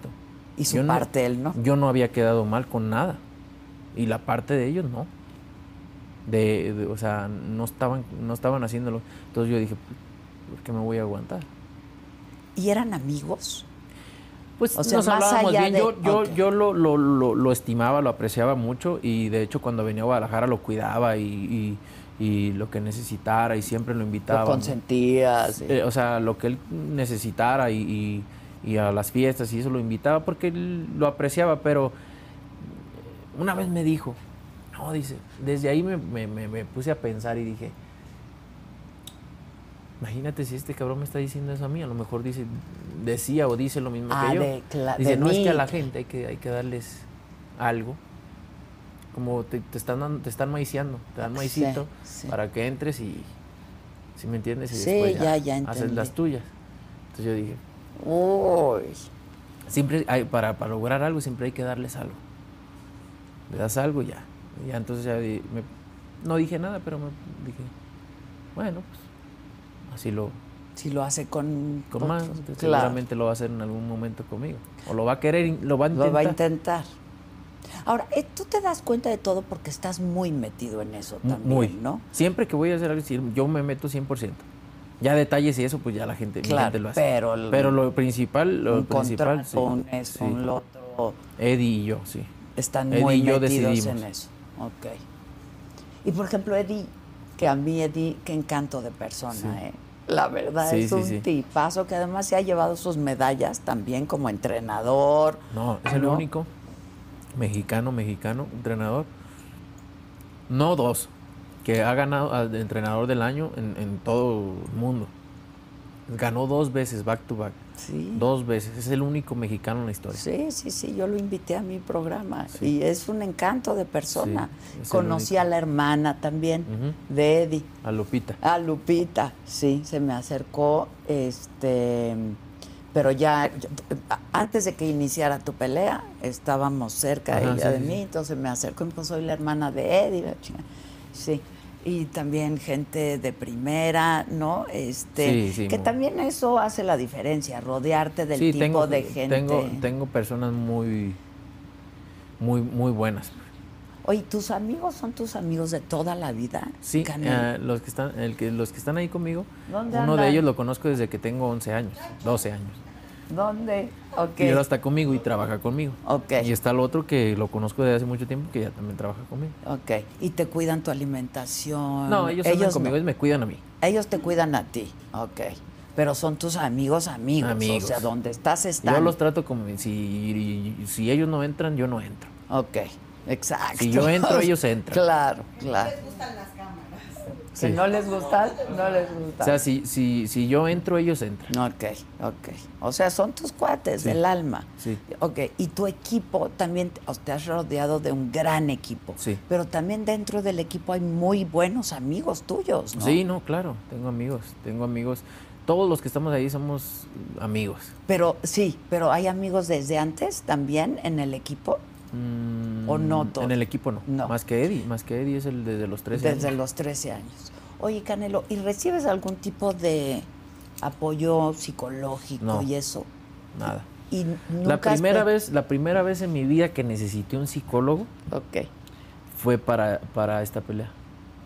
Y su Yo no- parte, él, ¿no? Yo no había quedado mal con nada. Y la parte de ellos no. De, de- o sea, no estaban, no estaban haciéndolo. Entonces yo dije, "Pues, ¿por qué me voy a aguantar? ¿Y eran amigos? Pues O sea, nos más hablábamos allá bien. de- Yo, yo, Ok. yo lo, lo, lo- lo estimaba, lo apreciaba mucho y de hecho cuando venía a Guadalajara lo cuidaba y, y- y lo que necesitara y siempre lo invitaba. ¿Lo consentías? Eh, o sea, lo que él necesitara y, y- y a las fiestas y eso lo invitaba porque él lo apreciaba, pero una vez me dijo, no, dice, desde ahí me, me- me- me puse a pensar y dije, imagínate si este cabrón me está diciendo eso a mí, a lo mejor dice, decía o dice lo mismo Ah, que yo. de cla- dice, de no es que a mí". la gente hay que, hay que darles algo. Como te, te están dando- te están maiciando, te dan Sí, maicito sí. para que entres y si me entiendes? Y Sí, después ya, ya haces entendí. las tuyas. Entonces yo dije, Uy. siempre hay, para, para lograr algo siempre hay que darles algo. Le das algo y ya. Y ya entonces ya di- me- no dije nada, pero me dije, bueno, pues así lo Si lo hace con... con pues, más, otros, Pues, claro. seguramente lo va a hacer en algún momento conmigo. O lo va a querer, in- lo va a intentar. Lo va a intentar. Ahora, eh, tú te das cuenta de todo porque estás muy metido en eso M- también, muy. ¿no? Siempre que voy a hacer algo, sí, yo me meto 100%. Ya detalles y eso, pues ya la gente, mi Claro, gente lo hace. pero el- Pero lo principal, lo un principal, sí, contrato, un eso, sí. un lo otro. Eddie y yo, sí. Están Eddie muy y yo metidos decidimos. en eso. Ok. Y por ejemplo, Eddie, que a mí Eddie, qué encanto de persona, ¿eh? La verdad Sí, es sí, un sí. tipazo que además se ha llevado sus medallas también como entrenador. No, es el ¿no? único mexicano, mexicano, entrenador. No dos, que ha ganado al de entrenador del año en, en todo el mundo. Ganó dos veces back to back. Sí. Dos veces. Es el único mexicano en la historia. Sí, sí, sí, yo lo invité a mi programa y es un encanto de persona. Sí, es el Conocí único. a la hermana también de Eddie, A Lupita. a Ah, Lupita, sí, se me acercó, este, pero ya ya- antes de que iniciara tu pelea estábamos cerca Ajá, ella sí, de sí, mí, sí. entonces me acercó y me dijo, soy la hermana de Eddie, la chinga. sí. Y también gente de primera, ¿no? Este, Sí, sí, que muy- también eso hace la diferencia, rodearte del sí, tipo tengo, de gente. Tengo, tengo personas muy, muy, muy buenas. Oye, ¿tus amigos son tus amigos de toda la vida? Sí, Canelo? eh, los, que están, el que, los que están ahí conmigo, ¿Dónde uno andan? de ellos lo conozco desde que tengo 11 años, 12 años. ¿Dónde? Ok. Y él está conmigo y trabaja conmigo. Ok. Y está el otro que lo conozco desde hace mucho tiempo que ya también trabaja conmigo. Ok. ¿Y te cuidan tu alimentación? No, ellos, andan Ah, no. conmigo, ellos me cuidan a mí. Ellos te cuidan a ti. Ok. Pero son tus amigos, amigos. Amigos. O sea, donde estás, están. Yo los trato como si, si ellos no entran, yo no entro. Ok. Exacto. Si yo entro, ellos entran. Claro, claro. Sí. Si no les gustan, no les gusta. O sea, si, si, si yo entro, ellos entran. Ok, ok. O sea, son tus cuates del alma. Sí. Ok, y tu equipo también, te- o te has rodeado de un gran equipo. Sí. Pero también dentro del equipo hay muy buenos amigos tuyos, ¿no? Sí, no, claro, tengo amigos, tengo amigos. Todos los que estamos ahí somos amigos. Pero sí, pero hay amigos desde antes también en el equipo. Mm, ¿O no todos? En el equipo no. No. Más que Eddie, más que Eddie es el desde los 13 Desde años. los 13 años. Oye, Canelo, ¿y recibes algún tipo de apoyo psicológico No. y eso? Nada. Y nunca La has primera, pe- vez, la primera vez en mi vida que necesité un psicólogo Ok. fue para, para esta pelea.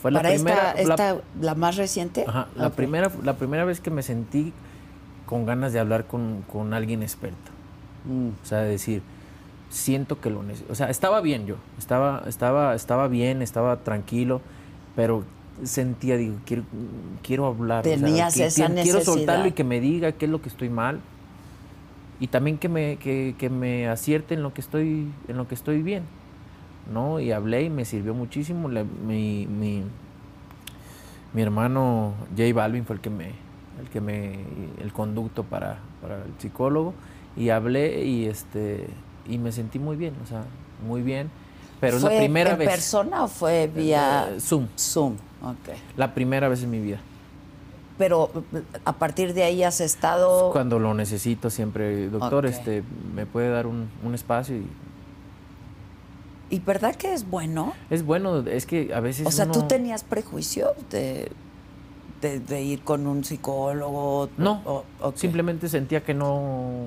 Fue Para la primera, esta, esta, la, la, más reciente. ajá, la Ok. primera, la primera vez que me sentí con ganas de hablar con, con alguien experto. Mm. O sea, de decir, siento que lo necesito. O sea, estaba bien yo, estaba, estaba, estaba bien, estaba tranquilo, pero sentía, digo, quiero, quiero hablar. o sea, Tenías que- esa quiero- Quiero soltarlo y necesidad. que me diga qué es lo que estoy mal. Y también que me, que, que me acierte en lo que estoy, en lo que estoy bien. ¿No? Y hablé y me sirvió muchísimo. La- mi, mi, mi hermano J Balvin fue el que me, el que me, el conducto para, para el psicólogo y hablé y este y me sentí muy bien, o sea, muy bien. Pero es la ¿Fue primera en vez. persona o fue vía Eh, Zoom, Zoom? Ok. la primera vez en mi vida. Pero eh, a partir de ahí has estado. Cuando lo necesito siempre, doctor, Oh. Ok. este, me puede dar un, un espacio y ¿Y verdad que es bueno? es bueno, es que a veces O sea, ¿tú uno- tenías prejuicios de, de, de ir con un psicólogo? No, O- ok. simplemente sentía que no,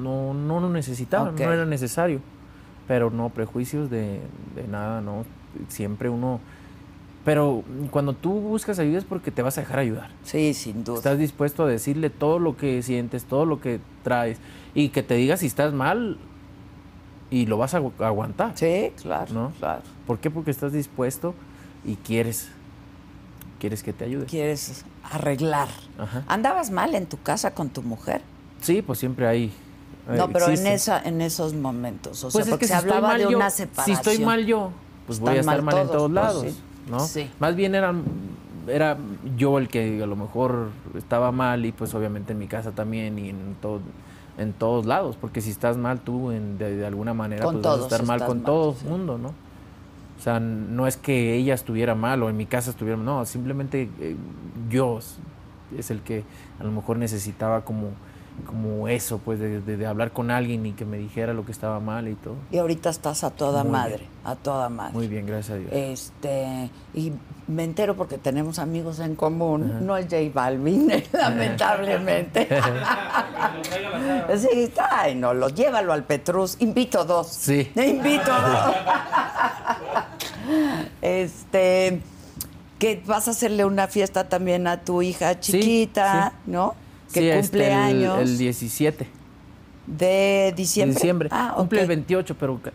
no, no lo necesitaba, Ok. no era necesario. Pero no prejuicios de, de nada, no. Siempre uno. Pero cuando tú buscas ayuda es porque te vas a dejar ayudar. Sí, sin duda. Estás dispuesto a decirle todo lo que sientes, todo lo que traes y que te diga si estás mal y lo vas a agu- aguantar. Sí, claro, ¿No? claro. ¿Por qué? Porque estás dispuesto y quieres. Quieres que te ayude. Quieres arreglar. Ajá. ¿Andabas mal en tu casa con tu mujer? Sí, pues siempre ahí. eh, No, pero en, existe. esa, en esos momentos. O Pues sea, es porque que si se estoy hablaba mal de yo, una separación. si estoy mal yo, pues voy a Están estar mal mal en todos, todos pues, lados, sí. ¿no? Sí. Más bien era, era yo el que a lo mejor estaba mal y pues obviamente en mi casa también y en todo en todos lados, porque si estás mal tú en- de, de alguna manera Con pues vas a todos estar mal estás con mal, todo sí. el mundo, ¿no? O sea, no es que ella estuviera mal o en mi casa estuviera mal, no, simplemente eh, yo es el que a lo mejor necesitaba como como eso, pues de, de- de hablar con alguien y que me dijera lo que estaba mal y todo. Y ahorita estás a toda Muy madre, bien. a toda madre. Muy bien, gracias a Dios. Este, y me entero porque tenemos amigos en común, no es J Balvin, lamentablemente. sí, está, ay, no, lo llévalo al Petrus, invito dos. Sí. Invito dos. este, que vas a hacerle una fiesta también a tu hija Sí, chiquita, sí. ¿no? Que cumple Sí, este, el- años El, 17 de diciembre. de diciembre. Ah, Cumple el ok. 28, pero ca-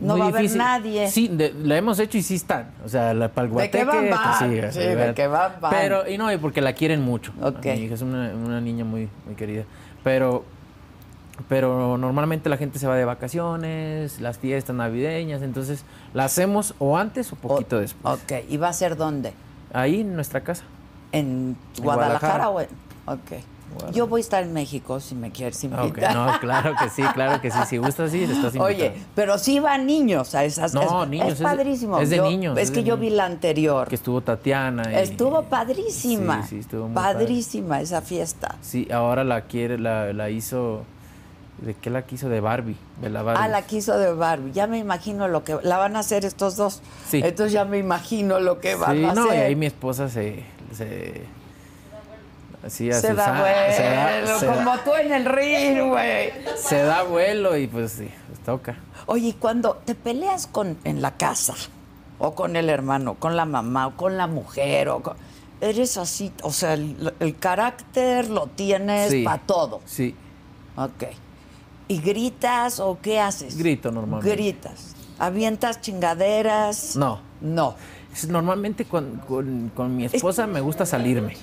No muy va a haber difícil. nadie. Sí, de- la hemos hecho y sí están. O sea, la palguateque. De que van, van. o sea, Sí, de ¿verdad? que van, van. Pero, y no, y porque la quieren mucho. A Ok. Mi hija es una, una niña muy, muy querida. Pero, pero normalmente la gente se va de vacaciones, las fiestas navideñas, entonces la hacemos o antes o poquito O- después. Ok, ¿y va a ser dónde? Ahí en nuestra casa. ¿En En Guadalajara Guadalajara. o en.? Ok. Yo voy a estar en México si me quieres Ah, ok. invitar. No, claro que sí, claro que sí. Si gustas, sí, estás invitado. Oye, pero sí van niños a esas. No, es, niños, Es es- padrísimo. es de Yo- niños, Es es que de yo niños. vi la anterior. Que estuvo Tatiana. y- Estuvo padrísima. Sí, sí, estuvo muy padre. Padrísima esa fiesta. Sí, ahora la quiere, la, la hizo. ¿De qué la quiso? De Barbie. De la Barbie. Ah, la quiso de Barbie. Ya me imagino lo que. La van a hacer estos dos. Sí. Entonces ya me imagino lo que van Sí, a no, y hacer. ahí mi esposa se. se así, Se hace da sa- vuelo. se da- se da- como tú en el ring, güey. se da vuelo y pues sí, pues, toca. Oye, ¿y cuando te peleas con en la casa o con el hermano, con la mamá o con la mujer o con- eres así, o sea, el, el carácter lo tienes Sí. para todo. Sí, Ok. ¿Y gritas o qué haces? Grito normalmente. Gritas. ¿Avientas chingaderas? no. No. Es- Normalmente con, con- con mi esposa me gusta salirme.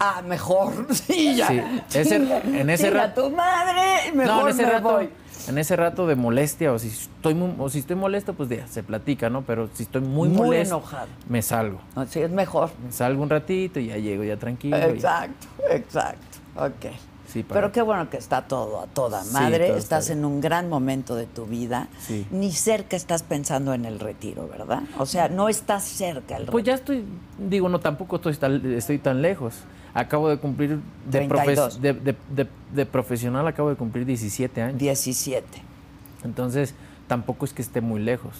Ah, mejor. Sí, ya. Sí. Ese- Chinga- en ese chinga ra- tu madre, mejor no, en ese me rato, voy. en ese rato de molestia o si estoy mu- o si estoy molesto, pues ya, se platica, ¿no? Pero si estoy muy, Muy molesto, enojado. me salgo. Así es mejor. Me salgo un ratito y ya llego ya tranquilo. y- Exacto, exacto. Ok. Sí, para- Pero qué bueno que está todo a toda Sí, madre. todo está estás bien. en un gran momento de tu vida. Sí. Ni cerca estás pensando en el retiro, ¿verdad? O sea, no estás cerca el retiro. Pues ya estoy, digo, no, tampoco estoy tan, estoy tan lejos. Acabo de cumplir, de, 32. de, de- de- de profesional acabo de cumplir 17 años. 17. Entonces, tampoco es que esté muy lejos.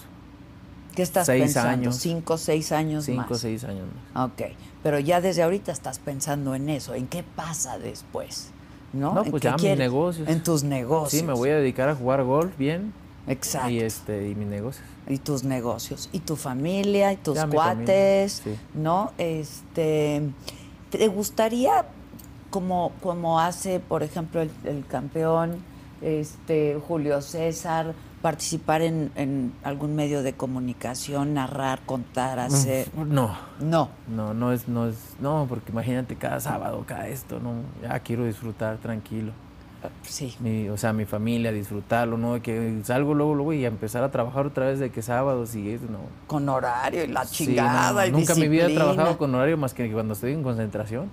¿Qué estás Seis pensando? años. Cinco, seis años más. 5 o 6 años más. Ok. Pero ya desde ahorita estás pensando en eso, en qué pasa después. No, No, ¿En pues qué ya mis quieres? negocios. En tus negocios. Sí, me voy a dedicar a jugar golf bien Exacto. y este y mis negocios. y tus negocios y tu familia y tus Ya, mi cuates, familia, sí. ¿no? Este, ¿te gustaría como como hace, por ejemplo, el, el campeón este Julio César participar en, en algún medio de comunicación, narrar, contar, hacer? No, No. no, no es, no es, no, porque imagínate cada sábado, cada esto, no, ya quiero disfrutar tranquilo. Sí. mi- o sea, mi familia, disfrutarlo, ¿no? De que salgo luego, luego y a empezar a trabajar otra vez de que sábados y eso, no. Con horario y la Sí, Ah, chingada no, y Nunca en mi vida he disciplina. trabajado con horario más que cuando estoy en concentración.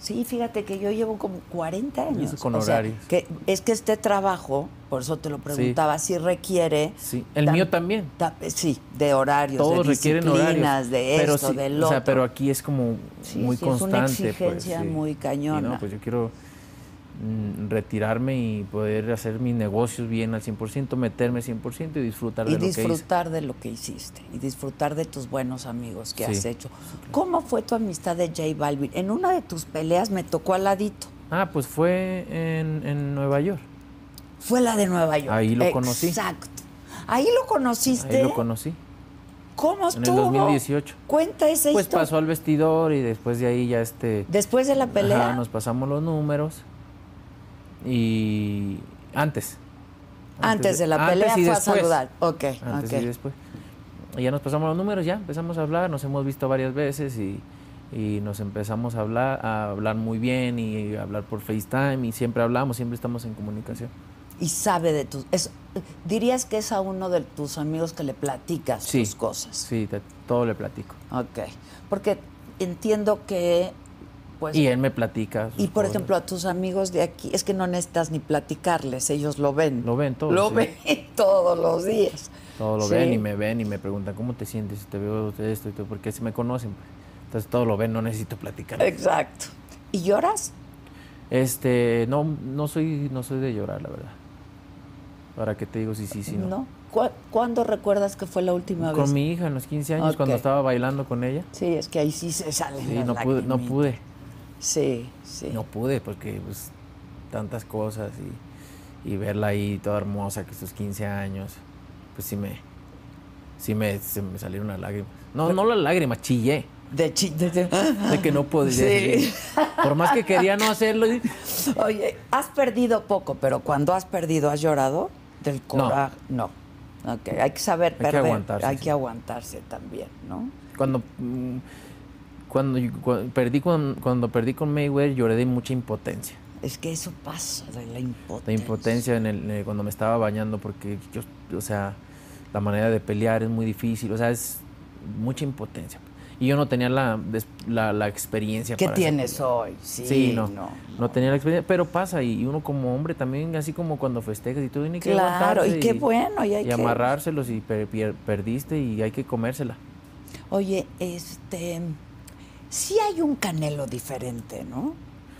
Sí, fíjate que yo llevo como 40 años. Eso con o sea, horarios. que es que este trabajo, por eso te lo preguntaba, si requiere. Sí, el tam- mío también. ta- sí, de horarios, Todos de requieren horarios. disciplinas, de esto, pero sí, del O otro. sea, pero aquí es como Sí, muy sí, es una constante. exigencia pues, sí. muy Y cañona. no, pues yo quiero mm, retirarme y poder hacer mis negocios bien al 100%, meterme 100% y disfrutar y de lo que hice. disfrutar de lo que hiciste y disfrutar de tus buenos amigos que Sí, has hecho. ¿Cómo fue tu amistad de J Balvin? En una de tus peleas me tocó al ladito. Ah, pues fue en, en Nueva York. Fue la de Nueva York. Ahí lo conocí. Exacto. Ahí lo conociste. Ahí lo conocí. ¿Cómo en el estuvo? 2018. Cuenta esa Pues historia. pasó al vestidor y después de ahí ya este... Después de la pelea. Ajá, nos pasamos los números y antes. Antes de la pelea y fue a después. saludar. Ok, Antes ok. y después. Y ya nos pasamos los números, ya empezamos a hablar, nos hemos visto varias veces y, y nos empezamos a hablar, a hablar muy bien y hablar por FaceTime y siempre hablamos, siempre estamos en comunicación. Y sabe de tus... es- dirías que es a uno de tus amigos que le platicas Sí. tus cosas. Sí, te- todo le platico. Ok. Porque entiendo que... Pues, Y y, él me platica. sus por cosas. ejemplo, a tus amigos de aquí, es que no necesitas ni platicarles, ellos lo ven. Lo ven todos, Lo sí. ven todos los días. Todo lo Sí. ven y me ven y me preguntan, ¿cómo te sientes? Te veo esto y todo, porque si me conocen. pues. Entonces todo lo ven, no necesito platicar. Exacto. ¿Y lloras? Este, no, no soy, no soy de llorar, la verdad. ¿Para qué te digo si sí, si no? ¿No? ¿Cu- ¿Cuándo recuerdas que fue la última vez? Con mi hija en los 15 años, Ok. cuando estaba bailando con ella. Sí, es que ahí sí se salen Sí, las no pude, no lagrimitas. pude. Sí, sí. No pude porque pues tantas cosas y, y verla ahí toda hermosa que sus 15 años, pues sí me sí me, se me salieron las lágrimas. No, no las lágrimas, chillé De chi- de- ¡ah! de- de que no podía. Sí. Por más que quería no hacerlo. y- Oye, has perdido poco, pero cuando has perdido, ¿has llorado? Del coraje. No. Ok, hay que saber Hay que perder. aguantarse, hay sí. que aguantarse también, ¿no? Cuando mm, cuando, yo- cu- perdí con, cuando perdí con Mayweather lloré de mucha impotencia. Es que eso pasa, de la impotencia. de impotencia en el, en el- cuando me estaba bañando porque yo, o sea, la manera de pelear es muy difícil, o sea, es mucha impotencia. Y yo no tenía la, des- la, la experiencia. ¿Qué para hacer tienes pelear. hoy? Sí, Sí, no, no. no. tenía la experiencia, pero pasa y, y uno como hombre también, así como cuando festejas y tú tienes que Claro, aguantarse y qué bueno, y hay que- amarrárselos y per- pier- perdiste y hay que comérsela. Oye, este. Sí hay un canelo diferente, ¿no?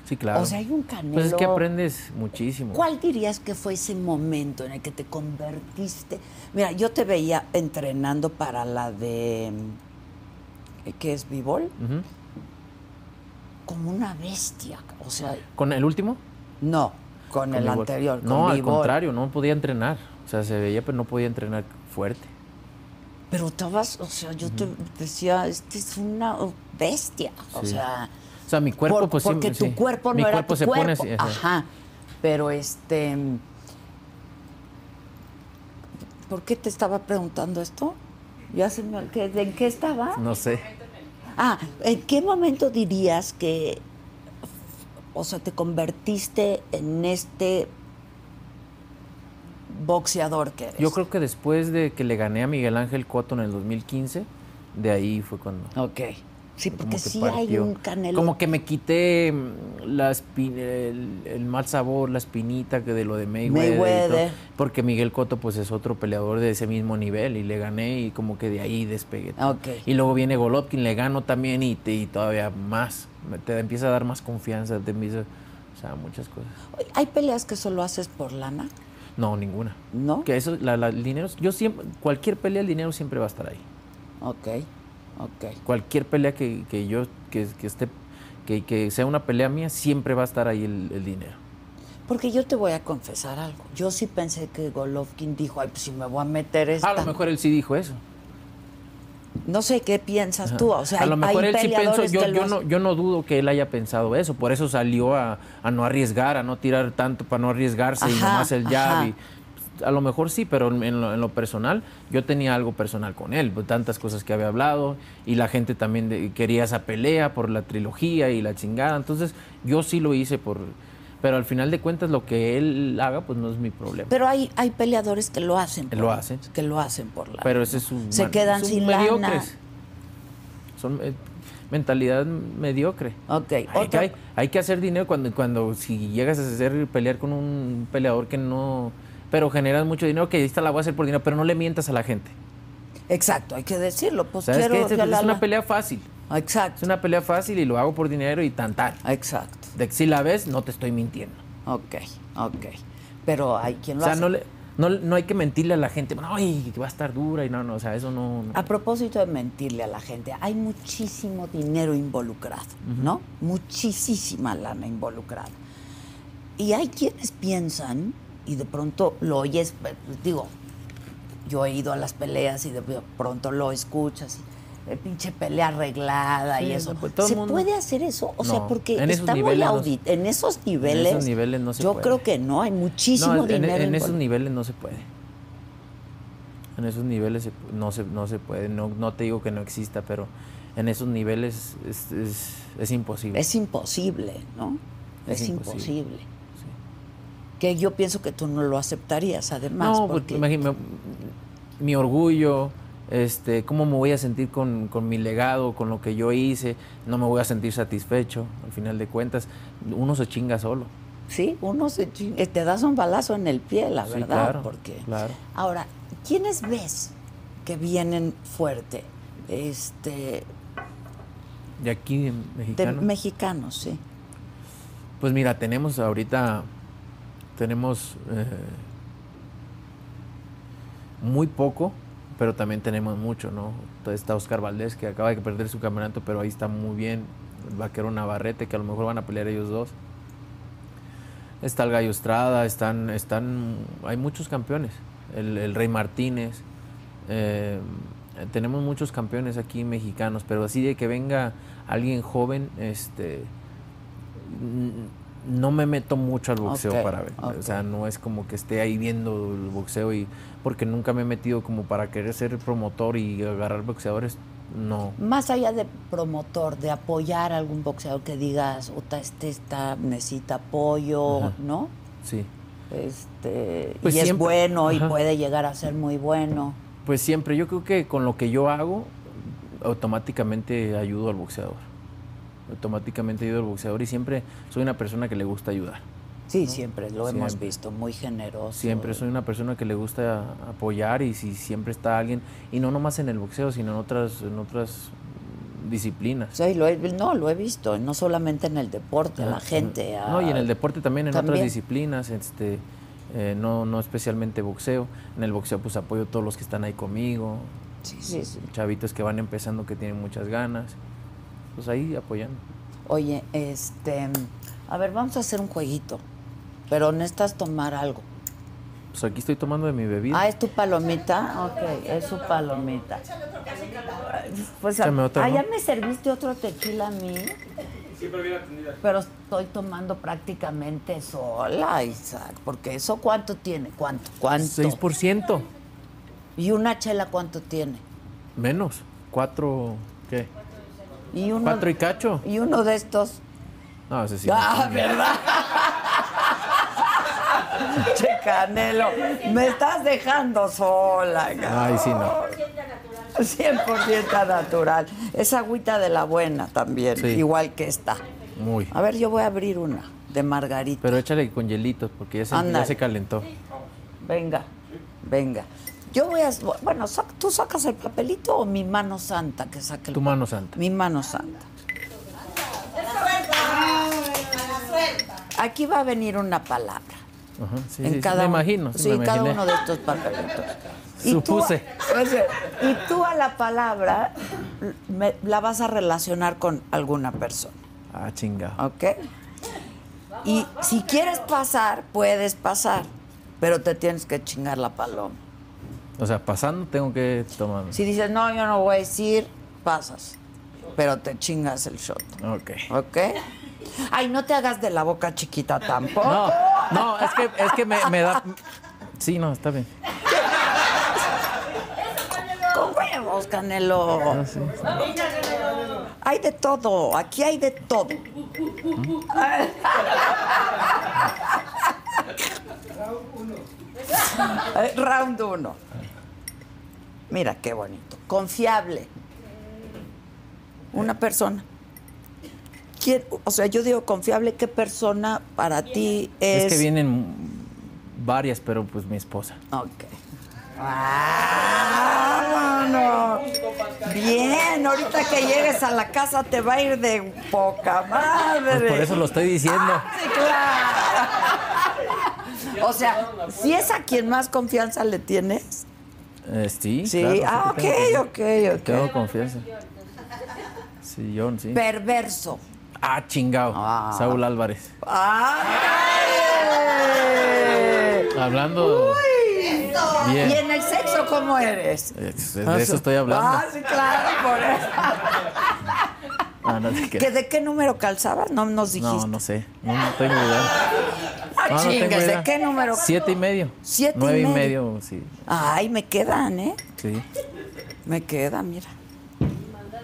Sí, claro. O sea, hay un canelo. Pues es que aprendes muchísimo. ¿Cuál dirías que fue ese momento en el que te convertiste? Mira, yo te veía entrenando para la de. mm, ¿Qué es b Ujú. Como una bestia. O sea, ¿Con el último? no, con, el Con mi bol- anterior. con No, al b-ball. contrario, no podía entrenar. O sea, se veía, pero no podía entrenar fuerte. Pero estabas, o sea, yo te decía, este es una oh, bestia. O Sí. sea. O sea, mi cuerpo, por- pues sí, porque sí. tu cuerpo no Mi era cuerpo tu se cuerpo. pone así, ajá. Ajá. Pero este. mm, ¿Por qué te estaba preguntando esto? Ya se me, ¿qué- ¿De en qué estaba? No sé. Ah, ¿en qué momento dirías que, o sea, te convertiste en este boxeador que eres? Yo creo que después de que le gané a Miguel Ángel Cotto en el 2015, de ahí fue cuando. Ok. Sí, como porque que sí hay partió. un canelo. Como que me quité mm, la espi- el, el mal sabor, la espinita que de lo de Mayweather. y todo, Mayweather. porque Miguel Cotto, pues es otro peleador de ese mismo nivel y le gané y como que de ahí despegué. Ok. Y luego viene Golovkin, le gano también y, te- y todavía más. Me- Te empieza a dar más confianza, te empieza. O sea, muchas cosas. ¿Hay peleas que solo haces por lana? No, ninguna. ¿No? Que eso, la- la- el dinero, yo siempre, cualquier pelea, el dinero siempre va a estar ahí. Ok, ok. Cualquier pelea que, que yo, que, que esté, que, que sea una pelea mía, siempre va a estar ahí el, el dinero. Porque yo te voy a confesar algo. Yo sí pensé que Golovkin dijo, ay, pues si me voy a meter esta. Ah, A lo mejor él sí dijo eso. No sé qué piensas tú. O sea, a lo hay- mejor hay él sí pensó, peleadores yo, que lo yo no, hacen. yo no dudo que él haya pensado eso, por eso salió a, a no arriesgar, a no tirar tanto, para no arriesgarse y Ajá, nomás el jab. ajá. y- pues, a lo mejor sí, pero en en lo, en lo personal, yo tenía algo personal con él, pues, tantas cosas que había hablado y la gente también de- quería esa pelea por la trilogía y la chingada, entonces yo sí lo hice por... Pero al final de cuentas lo que él haga pues no es mi problema. Pero hay, hay peleadores que lo hacen. Lo hacen. Que lo hacen por lana. Pero ese es su. Se quedan son sin lana. Son eh, mentalidad mediocre. Ok, Hay que, Eh, otra- hay, hay que hacer dinero cuando, cuando si llegas a hacer pelear con un peleador que no. Pero generas mucho dinero, que esta la voy a hacer por dinero, pero no le mientas a la gente. Exacto, hay que decirlo. Pues ¿Sabes quiero. qué? Este- ya es la- una pelea fácil. Es Exacto. una pelea fácil y lo hago por dinero y tan tan. Exacto. De que si la ves, no te estoy mintiendo. Ok, ok. Pero hay quien O lo sea, hace. no, le- no, no hay que mentirle a la gente. No, y va a estar dura y no, no. O sea, eso no. no. A propósito de mentirle a la gente, hay muchísimo dinero involucrado, ¿no? Muchísima lana involucrada. Y hay quienes piensan, y de pronto lo oyes, pe- digo, yo he ido a las peleas y de pronto lo escuchas, y, eh, pinche pelea arreglada y Sí, eso. pues, todo el ¿Se mundo- puede hacer eso? O sea, No, porque en esos está muy niveles no- audit- en esos niveles. niveles no se yo puede. creo que no, hay muchísimo No, en- en, dinero. en esos invol- niveles no se puede. En esos niveles se- no, se, no se puede. No, no te digo que no exista, pero en esos niveles es, es- es imposible. Es imposible, ¿no? Es, Es imposible. imposible. Que yo pienso que tú no lo aceptarías, además. no, pues, porque- imagínate, mi orgullo, este, cómo me voy a sentir con, con mi legado, con lo que yo hice, no me voy a sentir satisfecho, al final de cuentas, uno se chinga solo. sí, uno se chin- eh, te das un balazo en el pie, la Sí, verdad. claro, porque... claro. Ahora, ¿quiénes ves que vienen fuerte? Este, Y aquí, de mexicano, mexicanos, sí. Pues mira, tenemos ahorita, tenemos eh, muy poco, pero también tenemos mucho, ¿no? Está Oscar Valdés, que acaba de perder su campeonato, pero ahí está muy bien. El vaquero Navarrete, que a lo mejor van a pelear ellos dos. Está el Gallo Estrada, están, están, hay muchos campeones. El, el Rey Martínez. eh, tenemos muchos campeones aquí mexicanos, pero así de que venga alguien joven, este, n- no me meto mucho al boxeo Ok, para ver. ok. O sea, no es como que esté ahí viendo el boxeo y porque nunca me he metido como para querer ser promotor y agarrar boxeadores. No. Más allá de promotor, de apoyar a algún boxeador que digas, "Ota, este está, necesita apoyo, Ajá. ¿no? Sí. Este, Pues y es siempre- bueno y Ajá. puede llegar a ser muy bueno. Pues siempre, yo creo que con lo que yo hago, automáticamente ayudo al boxeador. Automáticamente ayudo al boxeador y siempre soy una persona que le gusta ayudar. Sí, siempre lo hemos Siempre. visto, muy generoso. Siempre soy una persona que le gusta apoyar y si siempre está alguien, y no nomás en el boxeo, sino en otras, en otras disciplinas. Sí, lo he- no, lo he visto, no solamente en el deporte, a la gente. a- No, y Ah, en el deporte también, en También. otras disciplinas, este, eh, no, no especialmente boxeo. En el boxeo pues apoyo a todos los que están ahí conmigo, Sí, sí, sí. chavitos que van empezando que tienen muchas ganas. Pues ahí apoyando. Oye, este, a ver, vamos a hacer un jueguito, pero necesitas tomar algo. Pues aquí estoy tomando de mi bebida. Ah, ¿es tu palomita? Ok, es su palomita. Pues, a- Échame otro, ah, ¿no? ya me serviste otro tequila a mí. Pero estoy tomando prácticamente sola, Isaac, porque eso cuánto tiene, cuánto, cuánto. 6%. Y una chela cuánto tiene. Menos. 4. ¿Qué? Y uno, 4 y cacho. y uno de estos. No, ese sí. Ah, ¿verdad? che, Canelo, me estás dejando sola. Ay, sí, no. 100% natural. Es agüita de la buena también, Sí. igual que esta. Muy. A ver, yo voy a abrir una de margarita. Pero échale con hielitos porque ya se, ya Ándale. se calentó. Venga, venga. Yo voy a... Bueno, sa- ¿tú sacas el papelito o mi mano santa que saque el Tu mano santa. Mi mano santa. Aquí va a venir una palabra. Ajá, sí, en sí, cada me uno- imagino. Sí, me cada imaginé. uno de estos papelitos. Supuse. Tú a, o sea, y tú a la palabra me- la vas a relacionar con alguna persona, Ah, chinga. ¿ok? Y si quieres pasar, puedes pasar, pero te tienes que chingar la paloma. O sea, pasando tengo que tomar. Si dices, no, yo no voy a decir, pasas, pero te chingas el shot, Ok. ¿ok? Ay, no te hagas de la boca chiquita tampoco. No, no, es que, es que me, me da. Sí, no, está bien. Con huevos, Canelo. Ah, Hay de todo, aquí hay de todo. Eh, Round uno. Mira qué bonito. Confiable. Una persona. ¿Quién- o sea, yo digo confiable, ¿qué persona para ti es? Es... que vienen varias, pero pues mi esposa. Ok. ¡Vámonos! Bien, ahorita que llegues a la casa te va a ir de poca madre. Ah. Pues por eso lo estoy diciendo. Sí, claro. O sea, si es a quien más confianza le tienes. Eh, sí. Sí, claro, ah, sí que tengo ok, confianza. ok, ok. Tengo confianza. Sí, John, sí. Perverso. Ah, chingao. Ah. Saúl Álvarez. ¡Ándale! Hablando. Bien. ¿Y en el sexo cómo eres? Es- es Ah, de eso estoy Ah, hablando. sí, claro, por eso. Ah, no, te ¿Que creas. ¿De qué número calzabas? No nos dijiste. no, no sé. No, no tengo idea. Ah, No, no tengo chingas, ¿de idea. qué número? Siete y medio. Siete y Nueve y medio. medio, sí. Ay, me quedan, ¿eh? Sí. Me queda, mira.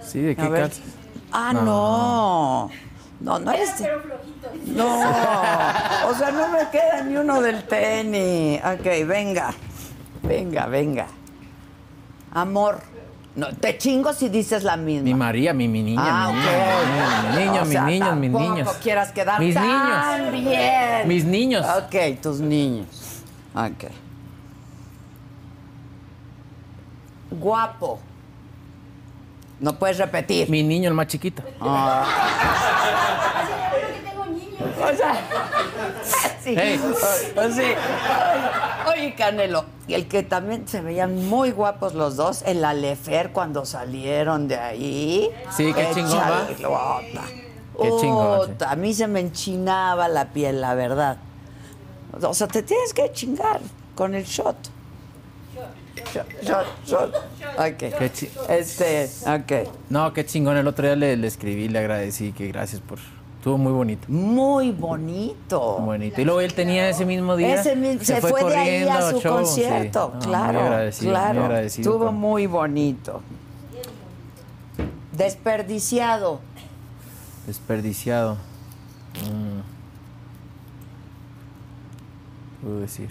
Sí, ¿de qué A ver. calzas? Ah, no. No, no eres. No. O sea, no me queda ni uno del tenis. Ok, venga. Venga, venga. Amor. No, te chingo si dices la misma. Mi María, mi, mi niña, Ah, mi, ok. niña O mi sea, niña, mis niños, mis tampoco niños. quieras quedar Mis tan niños. bien. Mis niños. Ok, tus niños. Ok. Guapo. No puedes repetir. Mi niño, el más chiquito. Porque tengo niños. O sea, sí. Hey. O- Pues sí. Oye, Canelo, y el que también se veían muy guapos los dos, el Alefer cuando salieron de ahí. Sí, qué Eh, chingón, ¿va? Charlota. Qué chingón, sí. Ota, A mí se me enchinaba la piel, la verdad. O sea, te tienes que chingar con el shot. Shot, shot, shot. Ok. Qué chi- Este, ok. No, qué chingón. El otro día le, le escribí, le agradecí, que gracias por. Estuvo muy bonito. Muy bonito. muy bonito. Y luego él tenía ese mismo día. Ese mismo- se, fue, de ahí corriendo a su show, sí. concierto, No, muy claro, agradecido, muy claro. agradecido Estuvo con- muy bonito. Desperdiciado. Desperdiciado. Mm. Puedo decir.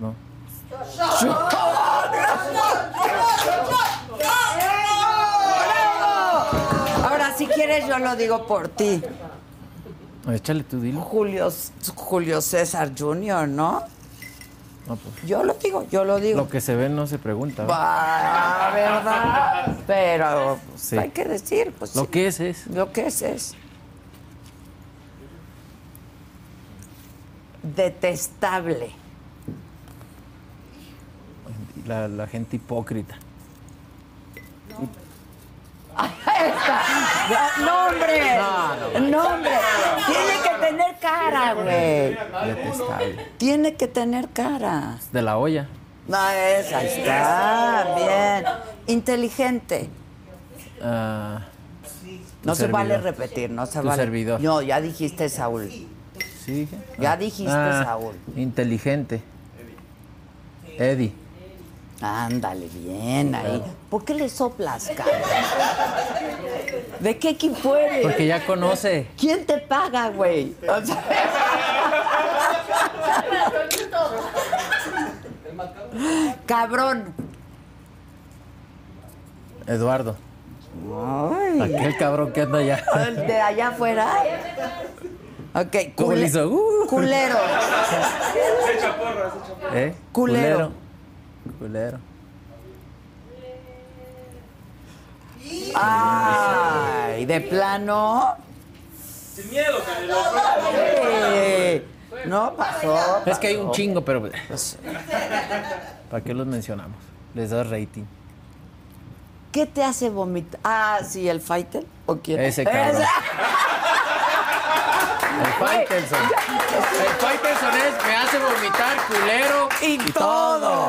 No. Ahora, si quieres, yo lo digo por ti. Échale tú, dilo. Julio, Julio César Jr., ¿no? No, pues, Yo lo digo, yo lo digo. Lo que se ve no se pregunta. ¿va? Va, ¿verdad? Pero pues, Sí. hay que decir, pues. Lo sí. que es es. Lo que es es. Detestable. La, la gente hipócrita. Ah, Nombre. Nombre. Tiene que tener cara, güey. Detestable. Tiene que tener cara. De la olla. No, esa está bien. Inteligente. Ah, No Tu se vale servidor. repetir, no se Tu vale. servidor. No, ya dijiste Saúl. sí dije. Ya Ah. dijiste, Ah, Saúl. Inteligente. Eddie. Ándale, bien ahí. ¿Por qué le soplas, cara? ¿De qué equipo eres? Porque ya conoce. ¿Quién te paga, güey? O sea- Cabrón. Eduardo. Aquel cabrón que anda allá. El de allá afuera. Ok, ¿Cómo le cule- hizo? Uh. culero. ¿Eh? Culero. Culero. Culero. Ay, de plano. Sin miedo, No pasó. Es que hay un chingo, pero Pues, ¿para qué los mencionamos? Les das rating. ¿Qué te hace vomitar? Ah, sí, el fighter. ¿O quién? Ese cabrón. Ese- El Faitelson. El Faitelson es me hace vomitar, culero Y, todo.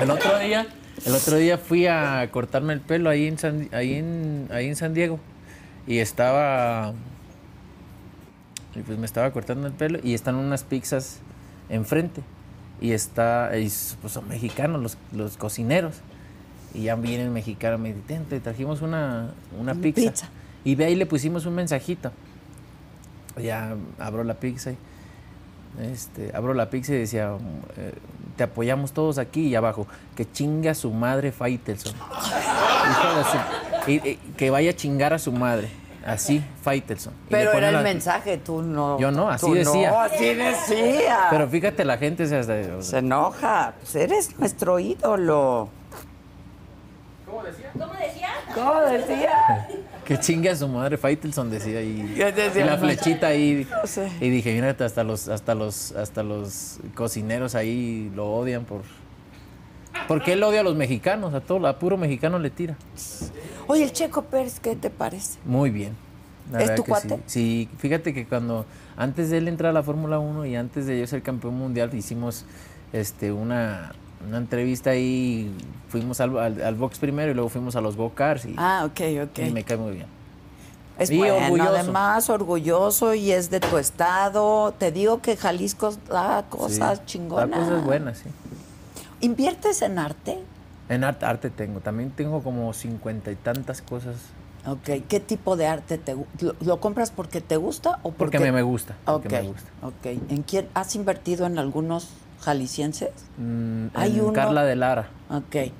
El otro día, el otro día fui a cortarme el pelo ahí en San, ahí en, ahí en San Diego y estaba y pues me estaba cortando el pelo y están unas pizzas enfrente y está y s- pues son mexicanos los, los cocineros y ya viene el mexicano me dice "Ten, te trajimos una, una Una pizza. pizza. y ve ahí le pusimos un mensajito ya abro la pizza y este, abro la pizza y decía, eh, te apoyamos todos aquí y abajo, que chinga su madre Faitelson. Hijo de su- y- y- que vaya a chingar a su madre. Así, Faitelson. Y le Pero era ponen el la- mensaje, tú no. Yo no, así tú No, decía. así decía. Pero fíjate, la gente se hasta... o Se sea, enoja. Pues eres nuestro ídolo. ¿Cómo decía? ¿Cómo decía? que chingue a su madre Faitelson, decía. Y, Ya decía, y la no. flechita ahí. Sí. Y dije, mira, hasta los, hasta los, hasta los cocineros ahí lo odian por... Porque él odia a los mexicanos, a todo, a puro mexicano le tira. Oye, el Checo Pérez, ¿qué te parece? Muy bien. La ¿Es verdad tu que cuate? Sí. Sí, fíjate que cuando antes de él entrar a la Fórmula 1 y antes de yo ser campeón mundial hicimos este una, una entrevista ahí, fuimos al, al, al box primero y luego fuimos a los go-karts y, Ah, ok, ok. y me cae muy bien. Es Y bueno, orgulloso. además, orgulloso y es de tu estado. Te digo que Jalisco da Sí. cosas Da chingonas. cosas buenas, sí. ¿Inviertes en arte? En arte, arte tengo, también tengo como cincuenta y tantas cosas Ok, ¿qué tipo de arte te gu- lo, lo compras porque te gusta o porque, porque me, me gusta, porque Ok, me gusta. ok. ¿En quién has invertido en algunos jaliscienses? Mm, Hay en uno- Carla de Lara. Ok.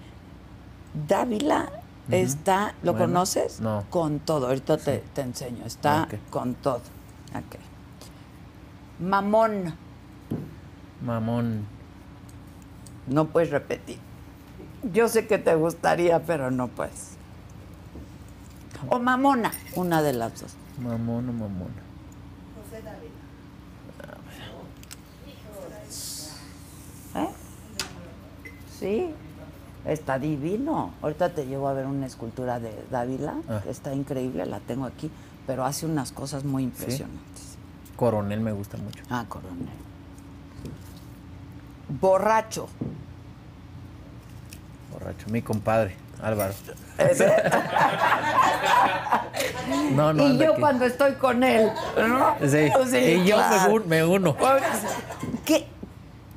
Dávila está, ¿lo Bueno, conoces? no. Con todo, ahorita te, te enseño, está Ok. con todo. Ok. Mamón, Mamón. no puedes repetir. Yo sé que te gustaría, pero no puedes. O mamona, una de las dos. Mamona, mamona. ¿Eh? Sí, está divino. Ahorita te llevo a ver una escultura de Dávila, Ah. que está increíble, la tengo aquí, pero hace unas cosas muy impresionantes. Coronel me gusta mucho. Ah, coronel. Borracho. Borracho. Mi compadre, Álvaro. no, no. y anda yo aquí. cuando estoy con él. ¿no? Sí, Sí, y yo claro. según me uno. ¿Qué?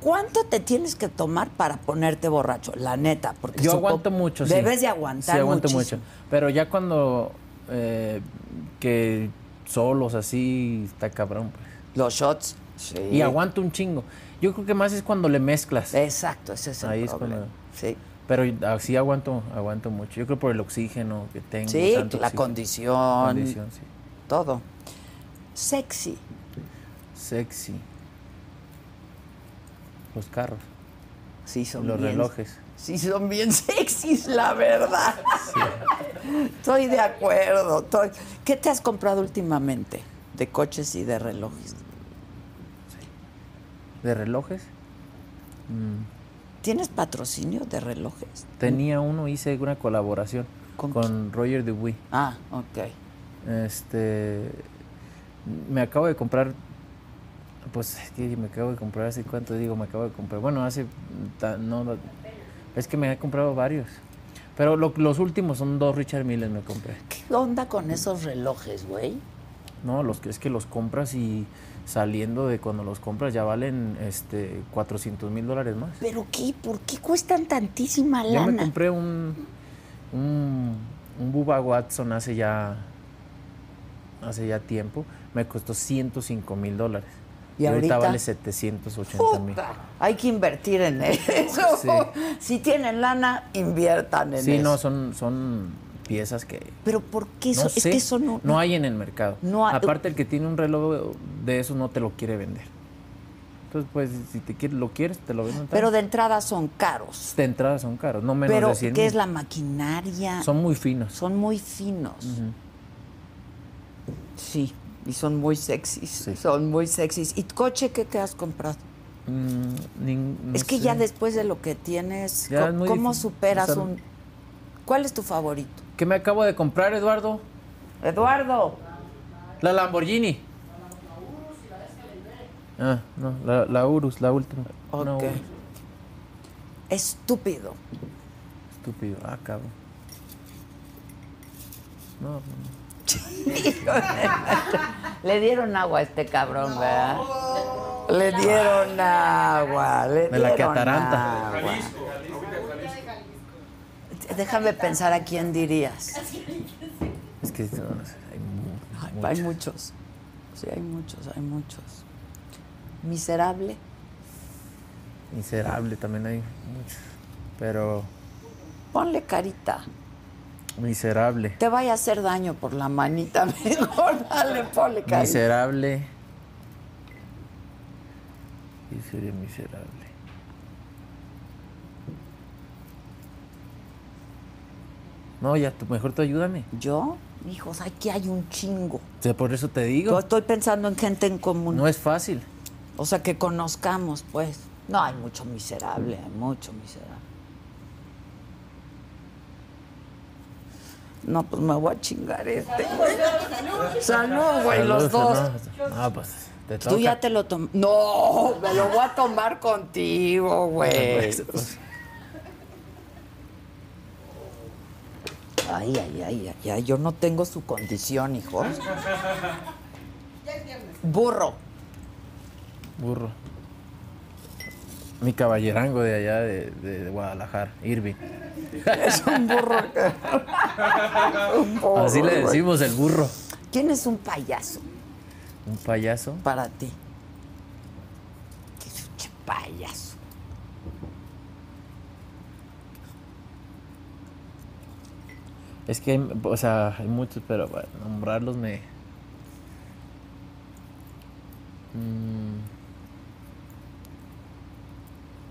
¿Cuánto te tienes que tomar para ponerte borracho? La neta, porque Yo supo- aguanto mucho, sí. Debes de aguantar Sí, aguanto muchísimo. mucho. Pero ya cuando eh, que solos así, está cabrón. pues. Los shots. Sí. Y aguanto un chingo. Yo creo que más es cuando le mezclas. Eh. Exacto, ese es el Ahí es problema. cuando- Sí, Pero así aguanto, aguanto mucho. Yo creo por el oxígeno que tengo. sí tanto la oxígeno. condición, Condición, sí. todo. Sexy. Sexy. Los carros. Sí, son Los bien- relojes. Sí, son bien sexys, la verdad. Estoy de acuerdo. estoy- ¿Qué te has comprado últimamente de coches y de relojes? ¿De relojes? Mm, ¿Tienes patrocinio de relojes? Tenía uno, hice una colaboración ¿Con con, Roger Dubuis. Ah, ok. Este. Me acabo de comprar. Pues es que me acabo de comprar hace cuánto digo, me acabo de comprar. Bueno, hace. ta- No, no, es que me he comprado varios. Pero lo- los últimos son dos Richard Mille me compré. ¿Qué onda con esos relojes, güey? No, los que es que los compras y saliendo de cuando los compras ya valen este 400 mil dólares más. ¿Pero qué? ¿Por qué cuestan tantísima Yo me lana? compré un, un, un Bubba Watson hace ya hace ya tiempo. Me costó 105 mil dólares. ¿Y Y ahorita, ahorita? vale 780 mil. Puta, hay que invertir en eso. Sí. Si tienen lana, inviertan en Sí, eso. no, son, son piezas que Pero ¿por qué eso? no es sé, que eso no, no hay en el mercado. no hay- Aparte, el que tiene un reloj de esos no te lo quiere vender. Entonces, pues, si te quiere- lo quieres, te lo venden. tanto. Pero de entrada son caros. De entrada son caros, no Este, menos Pero de 100 ¿qué es mil. la maquinaria? Son muy finos. Son muy finos. Sí, y son muy sexys. Sí. Son muy sexys. ¿Y coche qué te has comprado? Mm, nin- no es que ya sé. después de lo que tienes, Ya co- es muy ¿cómo difícil. superas O sea, un... ¿Cuál es tu favorito? ¿Qué me acabo de comprar, Eduardo? Eduardo. La Lamborghini. Ah, no, la, la Urus, la última. Una Ok. Urus. Estúpido. Estúpido, ah, cabrón. No, no, no. Le dieron agua a este cabrón, ¿verdad? Le dieron agua, le De dieron la que ataranta. agua. Déjame pensar a quién dirías. es que no, no sé, hay, mu- Ay, muchas. Hay muchos. Sí, hay muchos, hay muchos. Miserable. Miserable también hay muchas. Pero Ponle carita. miserable. Te vaya a hacer daño por la manita, mejor dale, ponle carita. Miserable. Y sería miserable. No, ya, tú, mejor tú ayúdame. Yo, hijos, aquí hay un chingo. O sea, por eso te Yo digo. estoy pensando en gente en común. No es fácil. O sea, que conozcamos, pues. No, hay mucho miserable, hay mucho miserable. No, pues me voy a chingar este. güey. Salud, güey, Pues los dos. Saludos, hermano. Ah, pues te toca. Tú ya te lo tomas. No, me lo voy a tomar contigo, pues. güey. Ay, ay, ay, ay, ay, yo no tengo su condición, hijo. Burro. Burro. Mi caballerango de allá de, de Guadalajara, Irving. Es un burro. que- un burro, Así le güey. decimos el burro. ¿Quién es un payaso Un payaso. para ti? ¿Qué es un che payaso? Es que, hay- o sea, hay muchos, pero para nombrarlos me. Mm.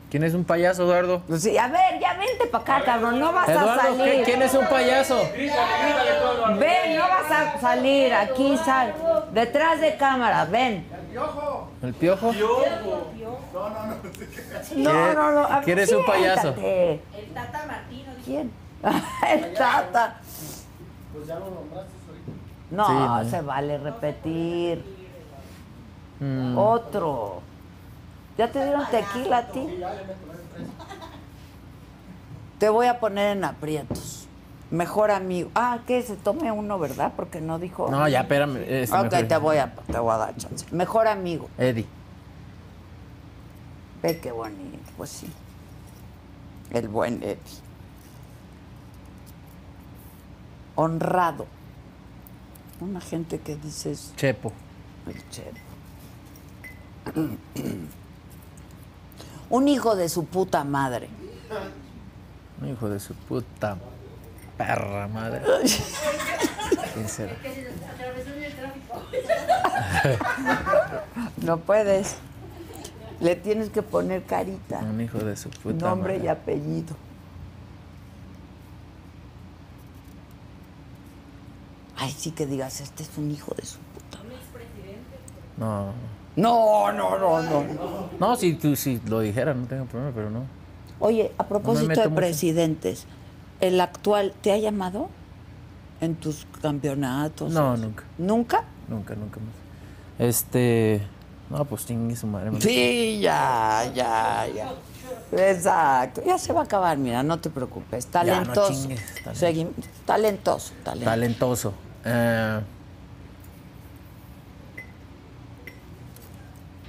¿Quién es un payaso, Eduardo? Pues sí, a ver, ya vente para acá, cabrón, no vas a Eduardo, ¿qué- salir. ¿quién es un payaso? Ven, no vas a salir, aquí sal. Detrás de cámara, ven. ¿El piojo? No, no, no. a ver, ¿Quieres un payaso? siéntate. ¿Quién? El Tata. No, Sí, no. se vale repetir. Mm. Otro. ¿Ya te dieron tequila a ti? Te voy a poner en aprietos. Mejor amigo. Ah, que se tome uno, ¿verdad? Porque no dijo. No, ya, espérame. eh, es Ok, mejor. te voy, a, te voy a dar chance. Mejor amigo. Eddie. Ve qué bonito, pues sí. El buen Eddie. Honrado. Una gente que dices, Chepo. el chef. Un hijo de su puta madre. Hijo de su puta perra madre. ¿Quién será? No puedes. Le tienes que poner carita, Un hijo de su puta nombre y madre. apellido. Ay, sí que digas, este es un hijo de su puta. No. No, no, no, no. No, si tú si lo dijeras, no tengo problema, pero no. Oye, a propósito meto de mucho. presidentes, ¿el actual te ha llamado en tus campeonatos? No, nunca. ¿Nunca? Nunca, nunca más. Este. No, pues chingue su madre. me- Sí, ya, ya, ya. Exacto. Ya se va a acabar, mira, no te preocupes. no Talentoso. chingues, talento. Seguim- talentoso, talentoso. Talentoso. Eh,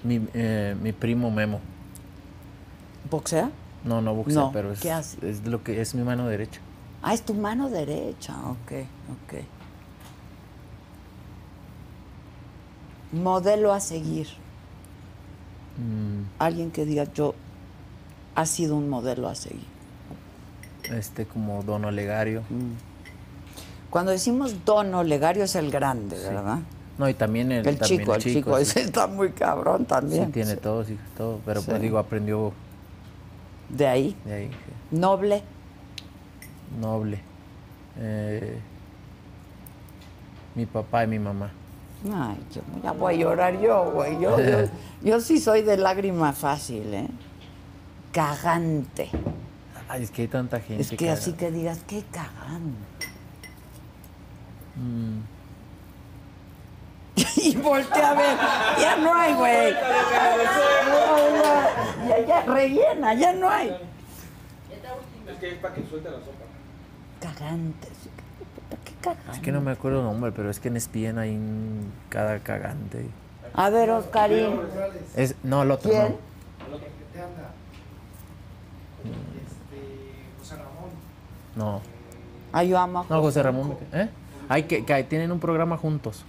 mi, eh, mi primo Memo. ¿Boxea? No, no boxea, No, pero es, ¿qué hace? es lo que es mi mano derecha. Ah, es tu mano derecha. Ok, ok. Modelo a seguir. Mm. Alguien que diga, yo, ha sido un modelo a seguir. Este como Don Olegario. Cuando decimos don Olegario es el grande, ¿verdad? No, y también el, El también chico, el chico, sí. ese está muy cabrón Sí, también. tiene Sí. todo, sí, todo. Pero Sí. pues digo, aprendió De ahí, de ahí. sí. noble, Noble. Eh, mi papá y mi mamá. Ay, yo ya voy a llorar yo, güey. Yo, yo, yo sí soy de lágrima fácil, ¿eh? Cagante. Ay, es que hay tanta gente. Es que así cara. que digas, qué cagante. Mm. Y voltea a ver. Ya no hay, güey. No, ya, ya, ya, rellena, ya no hay. Cagante. sí, qué puta, Qué cagante. Es que no me acuerdo el nombre, pero es que en ESPN hay un cada cagante. A ver, Oscarín. Es, no, el otro ¿Quién? no. Mm. No. Ah, yo amo. a No, José. José Ramón. ¿Eh? Hay que, que tienen un programa juntos.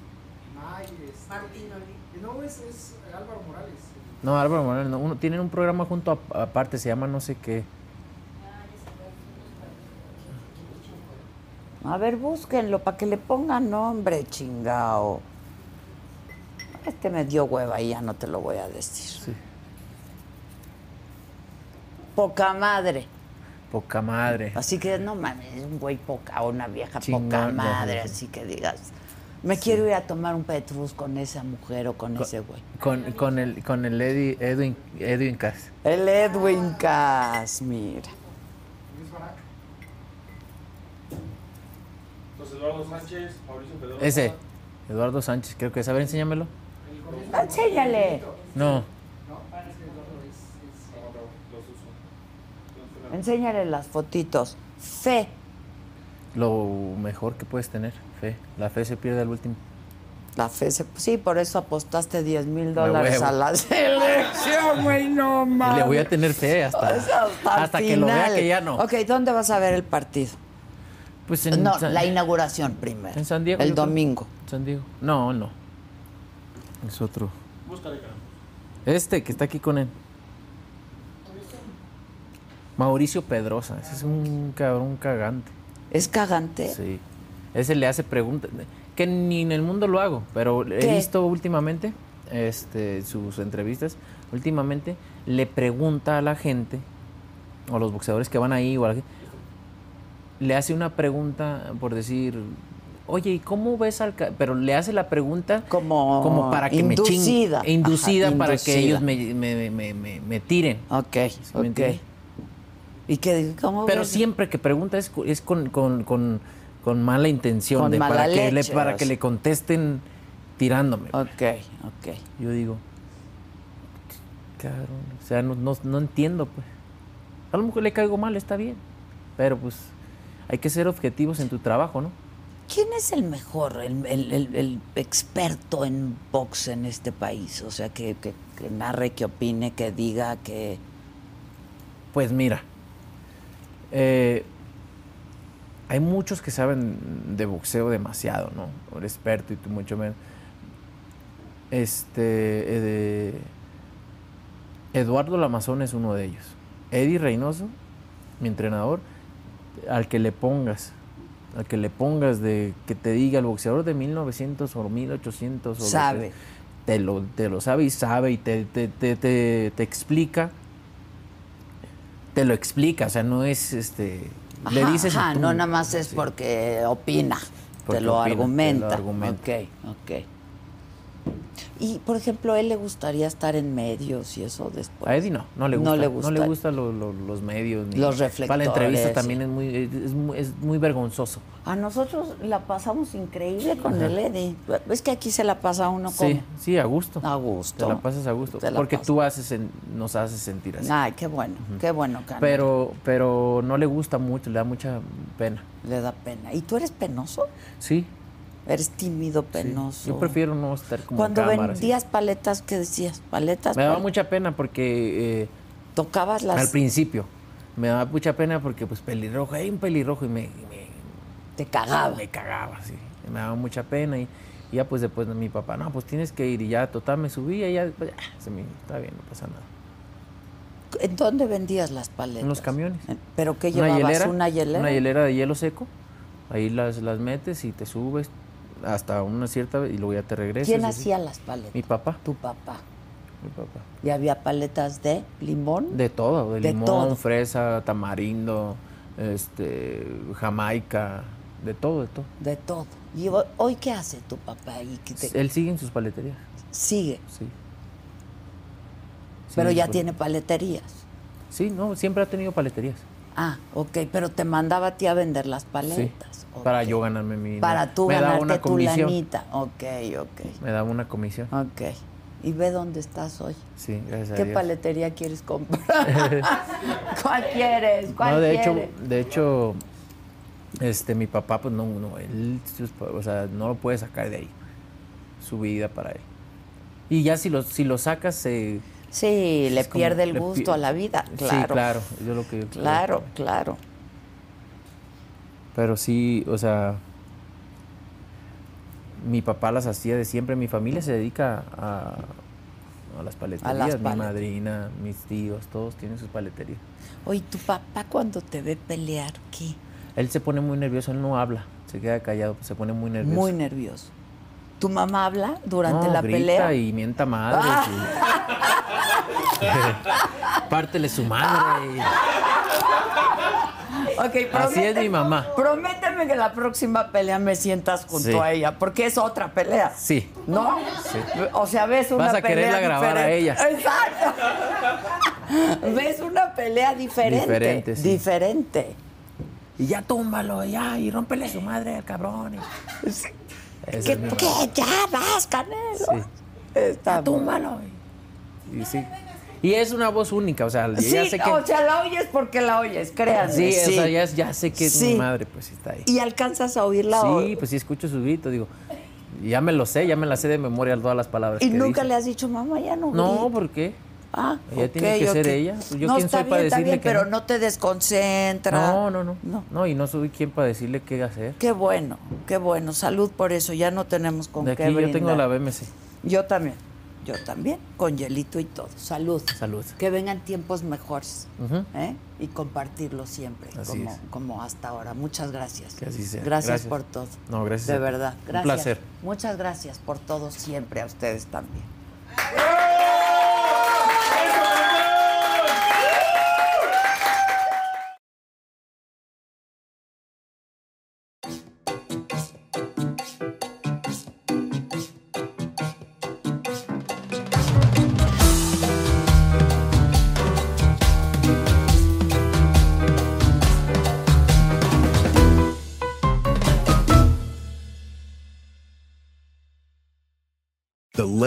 No, Álvaro Morales, no. Uno, tienen un programa junto a- aparte, se llama no sé qué. A ver, búsquenlo para que le pongan nombre, chingao. Este me dio hueva y ya no te lo voy a decir. Sí. Poca madre. Poca madre. Así que no mames, es un güey poca o una vieja Chingón, poca ya, madre, ya, ya. así que digas. Me quiero ir a tomar un petrus con esa mujer o con ese güey. Con, con el, con el Eddie- Edwin, Edwin Cass. El Edwin Cas, mira. José Eduardo Sánchez, Mauricio Pedrosa. Ese, Eduardo Sánchez, creo que es. A ver, enséñamelo. Enséñale, No, enséñale las fotitos. Fe, lo mejor que puedes tener, fe. La fe se pierde al último. La fe se- Sí, por eso apostaste 10 mil De dólares huevo. a la selección, güey, no Y mames. le voy a tener fe hasta, Hasta, hasta, el que lo vea final. que ya no. Ok, ¿dónde vas a ver el partido? Pues en, no, San, la inauguración primero. en San Diego. El yo creo. domingo. San Diego. No, no. Es otro. Este que está aquí con él. Mauricio Pedrosa. Ese es un cabrón cagante. ¿Es cagante? Sí. Ese le hace preguntas. Que ni en el mundo lo hago, pero ¿Qué? he visto últimamente este, sus entrevistas últimamente le pregunta a la gente, o a los boxeadores que van ahí, o a la gente, le hace una pregunta por decir, oye, ¿y cómo ves al...? ca-?" Pero le hace la pregunta Como como para que inducida. me chinguen. Inducida Ajá, para inducida. que ellos me, me- me- me- me tiren. Ok, ¿Sí me ok. entiendes? ¿Y qué dijo? ¿Cómo Pero ves? siempre que pregunta es, cu- es con, con- con- con mala intención, Con de mala para, que le, leche, o para que sea. le contesten tirándome. Ok, ok. Yo digo, cabrón, o sea, no, no- no entiendo, pues. A lo mejor le caigo mal, está bien, pero pues hay que ser objetivos en tu trabajo, ¿no? ¿Quién es el mejor, el, el- el- el experto en box en este país? O sea, que, que- que narre, que opine, que diga, que... Pues mira, eh, hay muchos que saben de boxeo demasiado, ¿no? Un experto y tú mucho menos. Este, eh, de- Eduardo Lamazón es uno de ellos. Eddie Reynoso, mi entrenador, al que le pongas, al que le pongas de que te diga el boxeador de 1900 o 1800 o lo que- Sabe. te lo, te lo sabe y sabe y te, te, te, te, te explica. Te lo explica, o sea, no es este. le Ajá, dices. y ajá, tú- no nada más es sí. porque opina, Porque te lo opina, te lo argumenta. argumenta. Ok, ok. Y, por ejemplo, ¿a él le gustaría estar en medios y eso después? A Eddie no, no le No gusta. le gusta. gustan lo- lo- los medios. ni- Los Para la entrevista reflectores, también sí. es muy, es, muy- es muy vergonzoso. A nosotros la pasamos increíble con el Eddie. Es que aquí se la pasa uno como... Sí, sí, a gusto. A gusto. Te la pasas a gusto. Te la Porque pasas. tú haces en- nos haces sentir así. Ay, qué bueno, qué bueno, Cano. pero, pero no le gusta mucho, le da mucha pena. Le da pena. ¿Y tú eres penoso? Sí. Eres tímido, sí. penoso. Yo prefiero no estar como en Cuando cámara, sí. vendías paletas, ¿qué decías? Paletas. Me daba pal- mucha pena porque eh, Tocabas al las. principio me daba mucha pena porque pues pelirrojo, hay un pelirrojo y me, y Te me, cagaba. me cagaba, sí. Me daba mucha pena y, y ya pues después de mi papá, no, pues tienes que ir y ya total me subía y ya después, ah, se me, está bien, no pasa nada. ¿En dónde vendías las paletas? En los camiones. Eh, ¿Pero qué llevabas? ¿Una hielera? Una de hielo seco, ahí las, las metes y te subes hasta una cierta y luego ya te regresas. ¿Quién y así. hacía las paletas? Mi papá, Tu papá. mi papá. ¿Y había paletas de limón? De todo, de, De limón, todo. fresa, tamarindo, este, jamaica, de todo, de todo. De todo. ¿Y ho- hoy qué hace tu papá? Y que te- Él sigue en sus paleterías, Sigue. sí. pero Sí, ya pues, tiene paleterías. Sí, no, siempre ha tenido paleterías. Ah, ok, pero te mandaba a ti a vender las Sí, paletas. ok. para yo ganarme mi... Para tú me daba ganarte una tu comisión. lanita. Ok, ok, Me daba una comisión, ok. Y ve dónde estás hoy. sí, gracias ¿Qué a Dios. paletería quieres comprar? ¿Cuál quieres? ¿Cuál No, de hecho, quieres? de hecho, este, mi papá, pues no, no, él, sus- o sea, no lo puede sacar de ahí, su vida para él. Y ya si lo, si lo sacas, se... sí, le Es como- pierde el le pi- gusto a la vida. Claro, Sí, claro, yo lo que yo creo. claro, claro. Pero sí, o sea, mi papá las hacía de siempre, mi familia se dedica a, a las paleterías, mi paletas. madrina, mis tíos, todos tienen sus paleterías. Oye, tu papá cuando te ve pelear, ¿qué? Él se pone muy nervioso, él no habla, se queda callado, se pone muy nervioso. Muy nervioso. ¿Tu mamá habla durante No, la grita pelea? y mienta madres. y- Pártele su madre. y- Ok, Así es promete- mi mamá. Prométeme que la próxima pelea me sientas junto Sí. a ella, porque es otra pelea. Sí. ¿No? O sea, ves una pelea. Vas a quererla grabar a diferente. Exacto. ves una pelea diferente. Diferente, sí. Diferente. Y ya túmbalo, ya, y rómpele su madre al cabrón. y- Esa ¿Qué, es mi mamá. qué? Ya vas, Canelo. Sí. Está Túmbalo. Y, y sí. Y es una voz única, o sea, Sí, ya sé que. o sea, la oyes porque la oyes, créanme. sí, o sí. sea, ya, ya sé que es Sí. mi madre, pues sí está ahí. Y alcanzas a oírla o- Sí, pues sí escucho su grito, digo. Ya me lo sé, ya me la sé de memoria todas las palabras. Y que nunca dice. le has dicho, mamá, ya no No, grito". ¿por qué? Ah, Ella ok, tiene que ser ok. ella. Pues, ¿yo no, quién está soy bien, para está decirle bien, que pero no. no? te desconcentra. No, no, no. No. No, y no soy quien para decirle qué hacer. Qué bueno, qué bueno. Salud por eso. Ya no tenemos con De qué aquí yo brindar. tengo la BMC. Yo también. Yo también, con hielito y todo. Salud. Salud. Que vengan tiempos mejores. Ujú. ¿eh? Y compartirlo siempre, Así como, es. como hasta ahora. Muchas gracias. Que así sea. Gracias, Gracias. por todo. No, gracias De a ti. verdad. Un Gracias. placer. Muchas gracias por todo siempre, a ustedes también. The